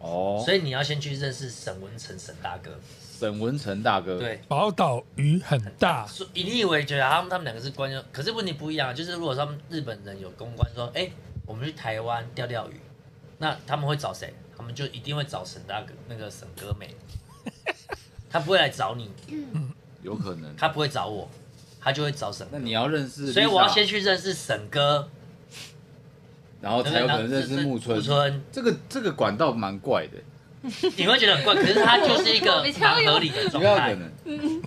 [SPEAKER 3] 哦，
[SPEAKER 6] 所以你要先去认识沈文成沈大哥，
[SPEAKER 3] 沈文成大哥，，
[SPEAKER 6] 对。
[SPEAKER 1] 宝岛鱼很大，
[SPEAKER 6] 所以你以为觉得他们他们两个是关系，可是问题不一样，就是如果他们日本人有公关说，哎、我们去台湾钓钓鱼，那他们会找谁？他们就一定会找沈大哥那个沈哥 妹，他不会来找你，
[SPEAKER 3] 有可能。
[SPEAKER 6] 他不会找我，他就会找沈
[SPEAKER 3] 那
[SPEAKER 6] 哥。
[SPEAKER 3] 你要认识 Lisa，
[SPEAKER 6] 所以我要先去认识沈哥，
[SPEAKER 3] 然后才有可能认识木村
[SPEAKER 6] 木。村，
[SPEAKER 3] 这个这个管道蛮怪的，
[SPEAKER 6] 你会觉得很怪，可是他就是一个蛮合理的
[SPEAKER 3] 有
[SPEAKER 6] 状
[SPEAKER 3] 没有
[SPEAKER 6] 态
[SPEAKER 3] 可。能？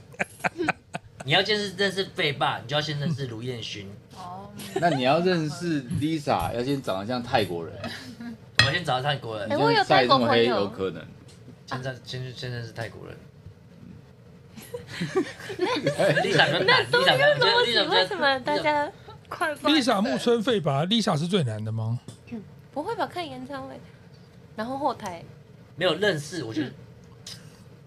[SPEAKER 6] 你要先是认识贝爸，你就要先认识卢彦勋，
[SPEAKER 4] 哦，
[SPEAKER 3] 那你要认识 Lisa，要先长得像泰国人，
[SPEAKER 6] 我要先找到泰国人
[SPEAKER 3] 你，
[SPEAKER 2] 哎我有
[SPEAKER 3] 现在晒这么黑
[SPEAKER 2] 泰国朋友
[SPEAKER 3] 有可 能。
[SPEAKER 6] 先认先去先认识泰国人。
[SPEAKER 3] 哎
[SPEAKER 6] 立场跟那立场跟
[SPEAKER 5] 逻
[SPEAKER 6] 立
[SPEAKER 5] 辑
[SPEAKER 6] 场
[SPEAKER 5] 为什么大家快快
[SPEAKER 1] Lisa 木村费吧，Lisa 是最难的吗？
[SPEAKER 5] 不会吧？看演唱会，然后后台
[SPEAKER 6] 没有认识？我觉得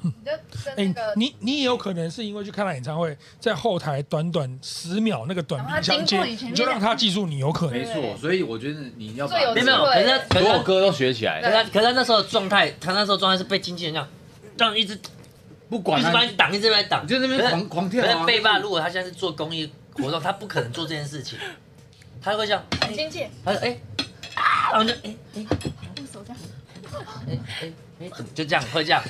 [SPEAKER 4] 你就
[SPEAKER 1] 哎、
[SPEAKER 4] 跟那个，
[SPEAKER 1] 你你也有可能是因为去看他演唱会，在后台短短十秒那个短
[SPEAKER 4] 然后
[SPEAKER 1] 兵
[SPEAKER 4] 他经
[SPEAKER 1] 相
[SPEAKER 4] 过
[SPEAKER 1] 接，
[SPEAKER 4] 你前面
[SPEAKER 1] 你就让他记住你，有可
[SPEAKER 3] 没
[SPEAKER 1] 能。
[SPEAKER 3] 错，所以我觉得你要把
[SPEAKER 4] 最有
[SPEAKER 6] 没有没有，可是他可
[SPEAKER 3] 所
[SPEAKER 6] 是他
[SPEAKER 3] 有歌都学起
[SPEAKER 6] 可是
[SPEAKER 3] 来，
[SPEAKER 6] 他可是他那时候的状态，他那时候状态是被经纪人这样这样一直一
[SPEAKER 3] 不管
[SPEAKER 6] 直把
[SPEAKER 3] 他，
[SPEAKER 6] 你挡，一直把你挡。
[SPEAKER 3] 你就在那边
[SPEAKER 6] 可是
[SPEAKER 3] 狂狂
[SPEAKER 6] 可
[SPEAKER 3] 跳
[SPEAKER 6] 是
[SPEAKER 3] 啊。
[SPEAKER 6] 贝爸如果他现在是做公益活动，他不可能做这件事情，他会这样，哎
[SPEAKER 4] 经纪，
[SPEAKER 6] 他说哎啊，然后就哎哎
[SPEAKER 4] 用手这样，
[SPEAKER 6] 哎哎哎，怎么就这样会这样？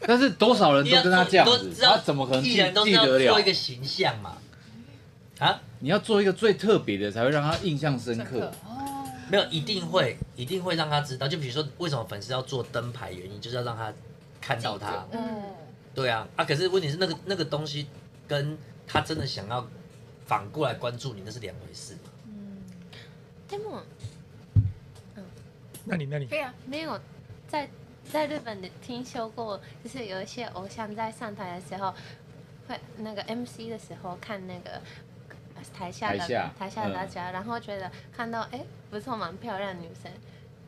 [SPEAKER 3] 但是多少人都跟他这样
[SPEAKER 6] 都
[SPEAKER 3] 子，
[SPEAKER 6] 知道
[SPEAKER 3] 他怎么可能
[SPEAKER 6] 艺
[SPEAKER 3] 记
[SPEAKER 6] 人都是
[SPEAKER 3] 记
[SPEAKER 6] 要
[SPEAKER 3] 得了
[SPEAKER 6] 做一？个形象嘛？啊，
[SPEAKER 3] 你要做一个最特别的，才会让他印象深刻
[SPEAKER 4] 刻。哦，
[SPEAKER 6] 没有，一定会一定会让他知道。就比如说为什么粉丝要做灯牌，原因就是要让他看到他。
[SPEAKER 4] 嗯，
[SPEAKER 6] 对啊，啊，可是问题是那个那个东西跟他真的想要反过来关注你，那是两回事 嘛。
[SPEAKER 5] d e
[SPEAKER 1] 那你那你
[SPEAKER 4] 可以啊，
[SPEAKER 5] 没有在在日本的听说过，就是有一些偶像在上台的时候，会那个 MC 的时候看那个呃台下的
[SPEAKER 3] 台下嗯
[SPEAKER 5] 的大家，然后觉得看到哎、诶不错蛮漂亮的女生，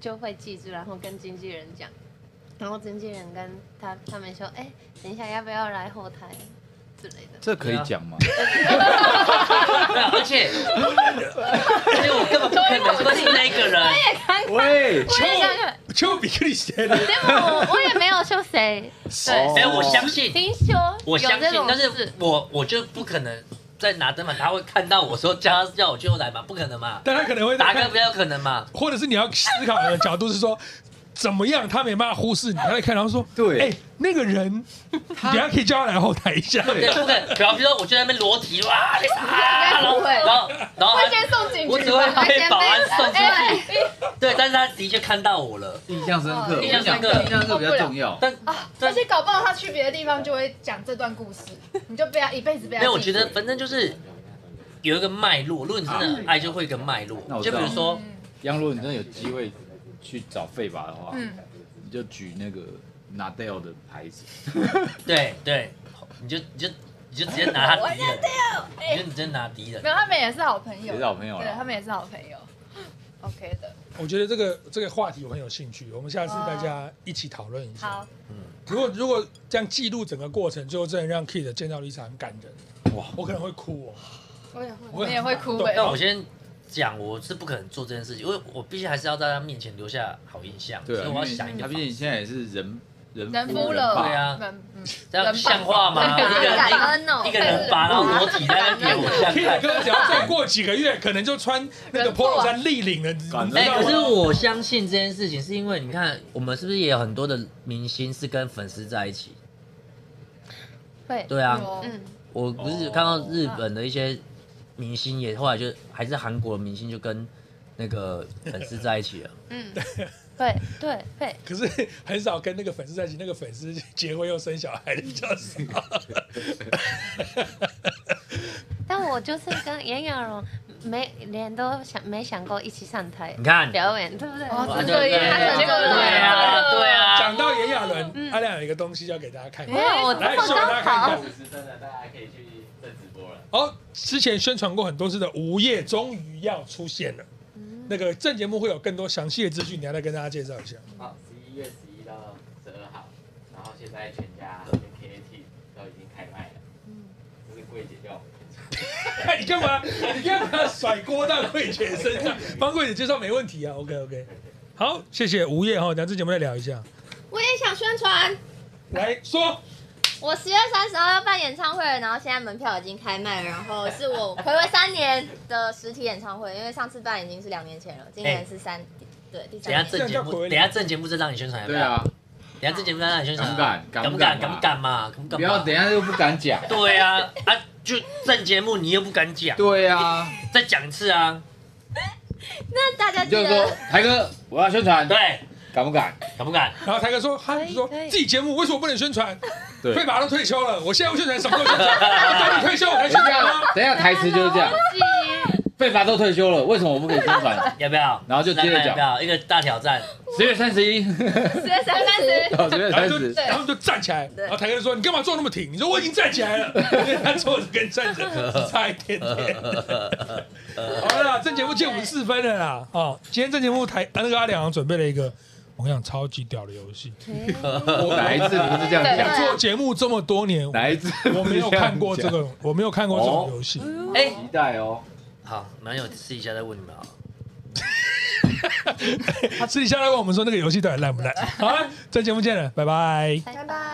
[SPEAKER 5] 就会记住，然后跟经纪人讲，然后经纪人跟他他们说，哎、等一下要不要来后台之类的。
[SPEAKER 3] 这可以讲 吗？
[SPEAKER 6] 对啊而且而且我根本不可能说是那个人，
[SPEAKER 5] 啊
[SPEAKER 3] 喂，
[SPEAKER 5] 我也想想，
[SPEAKER 1] 就比克里写的，
[SPEAKER 5] 但我我也没有说谁，
[SPEAKER 3] 哦
[SPEAKER 5] 对，
[SPEAKER 6] 哎，我相信，
[SPEAKER 5] 听说
[SPEAKER 6] 我
[SPEAKER 5] 有
[SPEAKER 6] 相
[SPEAKER 5] 这
[SPEAKER 6] 信，
[SPEAKER 5] 种
[SPEAKER 6] 但
[SPEAKER 5] 事
[SPEAKER 6] 是。我我就不可能在拿灯牌，他会看到我说叫他叫我就来嘛，不可能 嘛，
[SPEAKER 1] 但他可能会
[SPEAKER 6] 达
[SPEAKER 1] 在
[SPEAKER 6] 哥
[SPEAKER 1] 看
[SPEAKER 6] 比，较有可能嘛。
[SPEAKER 1] 或者是你要思考的角度是说，怎么样他没办法忽视你，他在看，然后 说，
[SPEAKER 3] 对
[SPEAKER 1] 哎、那 个人，等一下可以叫他来后台一下。
[SPEAKER 6] 对，不可能。比方比如说，我就在那边裸体哇，啊然后
[SPEAKER 4] 应该不会
[SPEAKER 6] 然后然后
[SPEAKER 4] 会
[SPEAKER 6] 他
[SPEAKER 4] 先送警
[SPEAKER 6] 我
[SPEAKER 4] 局
[SPEAKER 6] 只会
[SPEAKER 4] 吧，
[SPEAKER 6] 被保安送
[SPEAKER 4] 哎
[SPEAKER 6] 出去。对，但是他的确看到我了。
[SPEAKER 3] 印象深刻，
[SPEAKER 4] 哦
[SPEAKER 3] 我跟你讲
[SPEAKER 6] 印象深刻
[SPEAKER 3] 印象深刻比较重要。
[SPEAKER 6] 但
[SPEAKER 4] 啊！
[SPEAKER 6] 对
[SPEAKER 4] 而且搞不好他去别的地方就会讲这段故事，你就被他一辈子被他记住。
[SPEAKER 6] 没有，我觉得反正就是有一个脉络。如果你真的很爱，就会有一个脉络
[SPEAKER 3] 那。我知
[SPEAKER 6] 就
[SPEAKER 3] 道
[SPEAKER 6] 比如说，
[SPEAKER 4] 嗯
[SPEAKER 3] 杨如果你真的有机会去找费吧的话，
[SPEAKER 4] 嗯
[SPEAKER 3] 你就举那个 Nadal 的牌子，
[SPEAKER 6] 对对，你就你就你就直接拿他敌人，你就你直接拿敌人
[SPEAKER 4] 没。有，他们也是好朋友，
[SPEAKER 3] 也是好朋友啦
[SPEAKER 4] 对他们也是好朋友。OK 的，
[SPEAKER 1] 我觉得这个这个话题我很有兴趣，我们下次大家一起讨论一下。
[SPEAKER 4] 哦好，
[SPEAKER 1] 如果如果这样记录整个过程，最后真的让 Kid 见到 Lisa 很感人，哇
[SPEAKER 3] 哇，
[SPEAKER 1] 我可能会哭哦。
[SPEAKER 4] 我也
[SPEAKER 1] 我
[SPEAKER 4] 会，
[SPEAKER 1] 也
[SPEAKER 4] 你也会哭
[SPEAKER 1] 懂
[SPEAKER 4] 哎
[SPEAKER 6] 那。我先讲，我是不可能做这件事情，因为我必须还是要在他面前留下好印象，所
[SPEAKER 3] 对
[SPEAKER 6] 以
[SPEAKER 3] 啊，
[SPEAKER 6] 我要想一
[SPEAKER 3] 他
[SPEAKER 6] 个
[SPEAKER 3] 毕
[SPEAKER 6] 方法。
[SPEAKER 3] 竟现在也是人人
[SPEAKER 4] 人
[SPEAKER 3] 夫
[SPEAKER 4] 夫
[SPEAKER 3] 人
[SPEAKER 4] 了，
[SPEAKER 3] 爸
[SPEAKER 6] 对啊
[SPEAKER 4] 人，嗯，
[SPEAKER 6] 这样像话
[SPEAKER 4] 人
[SPEAKER 6] 吗？啊一
[SPEAKER 4] 吧
[SPEAKER 6] 个人
[SPEAKER 5] 感恩哦
[SPEAKER 6] 一个人拔到裸体在那边给我像
[SPEAKER 1] Kid
[SPEAKER 6] 看。
[SPEAKER 1] 哥只要再过几个月，可能就穿那个
[SPEAKER 4] 人破
[SPEAKER 1] polo 衫立领了，你知道吗
[SPEAKER 6] 哎、可是我相信这件事情，是因为你看，我们是不是也有很多的明星是跟粉丝在一起？
[SPEAKER 5] 会，
[SPEAKER 6] 对啊，
[SPEAKER 4] 有
[SPEAKER 5] 嗯，
[SPEAKER 6] 我不是
[SPEAKER 3] 哦
[SPEAKER 6] 看到日本的一些明星也后来就还是韩国的明星就跟那个粉丝在一起了，
[SPEAKER 5] 嗯，会对会，
[SPEAKER 1] 可是很少跟那个粉丝在一起，那个粉丝结婚又生小孩的比较 少。
[SPEAKER 5] 但我就是跟炎亚纶没连都想没想过一起上台
[SPEAKER 6] 你看，
[SPEAKER 5] 表演，对不对？
[SPEAKER 2] 哦
[SPEAKER 6] 哇
[SPEAKER 2] 真的耶
[SPEAKER 6] 对
[SPEAKER 2] 他成就了
[SPEAKER 6] 对啊，对啊，
[SPEAKER 1] 讲到炎亚纶，阿亮有一个东西要给大家看，
[SPEAKER 5] 哇，嗯哎我这
[SPEAKER 1] 哎来
[SPEAKER 5] 么
[SPEAKER 1] 秀给大
[SPEAKER 5] 刚
[SPEAKER 1] 家看
[SPEAKER 5] 好
[SPEAKER 1] 看。哦，之前宣传过很多次的《午夜》终于要出现了。那个正节目会有更多详细的资讯，你要再跟大家介绍一下。
[SPEAKER 7] 好，十一月十一到十二号，然后现在全家跟 KAT 都已经开卖了。
[SPEAKER 1] 嗯
[SPEAKER 7] 这是柜姐叫我们去做
[SPEAKER 1] 你干嘛？你干嘛甩锅到桂姐身上？帮桂姐介绍没问题啊。OK OK，好，谢谢午夜哈，咱这节目再聊一下。
[SPEAKER 2] 我也想宣传，
[SPEAKER 1] 来说，
[SPEAKER 2] 我十月三十号要办演唱会了，然后现在门票已经开卖了，然后是 我回违三年的实体演唱会，因为上次办已经是两年前了，今年是三，对，第
[SPEAKER 6] 哎等一下
[SPEAKER 2] 三年。
[SPEAKER 6] 正节目，等一下正节目再让你宣传，要不
[SPEAKER 3] 对
[SPEAKER 6] 要？
[SPEAKER 3] 啊，
[SPEAKER 6] 等一下正节目再让你宣传啊，
[SPEAKER 3] 敢
[SPEAKER 6] 敢
[SPEAKER 3] 不
[SPEAKER 6] 不
[SPEAKER 3] 敢
[SPEAKER 6] 敢？敢不敢嘛？敢不敢嘛？
[SPEAKER 3] 不要等一下又不敢讲。
[SPEAKER 6] 对啊，啊，就正节目你又不敢讲，
[SPEAKER 3] 对 啊，
[SPEAKER 6] 再讲一次啊，
[SPEAKER 2] 那大家
[SPEAKER 3] 你
[SPEAKER 2] 记
[SPEAKER 3] 就说
[SPEAKER 2] 得，
[SPEAKER 3] 台哥，我要宣传，
[SPEAKER 6] 对，
[SPEAKER 3] 敢不敢？
[SPEAKER 6] 敢不敢？
[SPEAKER 1] 然后台哥说，他
[SPEAKER 5] 可以
[SPEAKER 1] 说
[SPEAKER 5] 可以
[SPEAKER 1] 自己节目为什么不能宣传？
[SPEAKER 3] 对
[SPEAKER 1] 被马上退休了，我现在要宣传什么时候宣传？我等你退休我才宣
[SPEAKER 3] 等一
[SPEAKER 1] 传啊。
[SPEAKER 3] 下，等一下台词就是这样。贝法都退休了，为什么我不可以宣 传？
[SPEAKER 6] 要不要？
[SPEAKER 3] 然后就接着讲
[SPEAKER 6] 来要不要？一个大挑战，
[SPEAKER 3] 十月三十一，
[SPEAKER 2] 十月三十，
[SPEAKER 3] 哦，十月
[SPEAKER 1] 然后
[SPEAKER 3] 三
[SPEAKER 1] 就
[SPEAKER 3] 十，
[SPEAKER 1] 然后就站起来，
[SPEAKER 2] 对
[SPEAKER 1] 然后台哥就说：“你干嘛坐那么挺？”你说：“我已经站起来了。”他坐着跟站着差一点点。好了啦，正节目借我们四分了啦。哦，今天正节目台啊那个阿良准备了一个，我跟你讲超级屌的游戏。
[SPEAKER 3] 哪一次不是这样
[SPEAKER 2] 对
[SPEAKER 3] 讲？
[SPEAKER 5] 啊
[SPEAKER 1] 做节目这么多年，
[SPEAKER 3] 哪一次
[SPEAKER 1] 我没有看过这个，我没有看过这种游戏。
[SPEAKER 6] 哎、
[SPEAKER 3] 期待哦。
[SPEAKER 6] 好，男友试一下再问你们啊。
[SPEAKER 1] 私底下来问我们说那个游戏到底烂不烂。好了，正节目见了，拜拜。
[SPEAKER 2] 拜拜。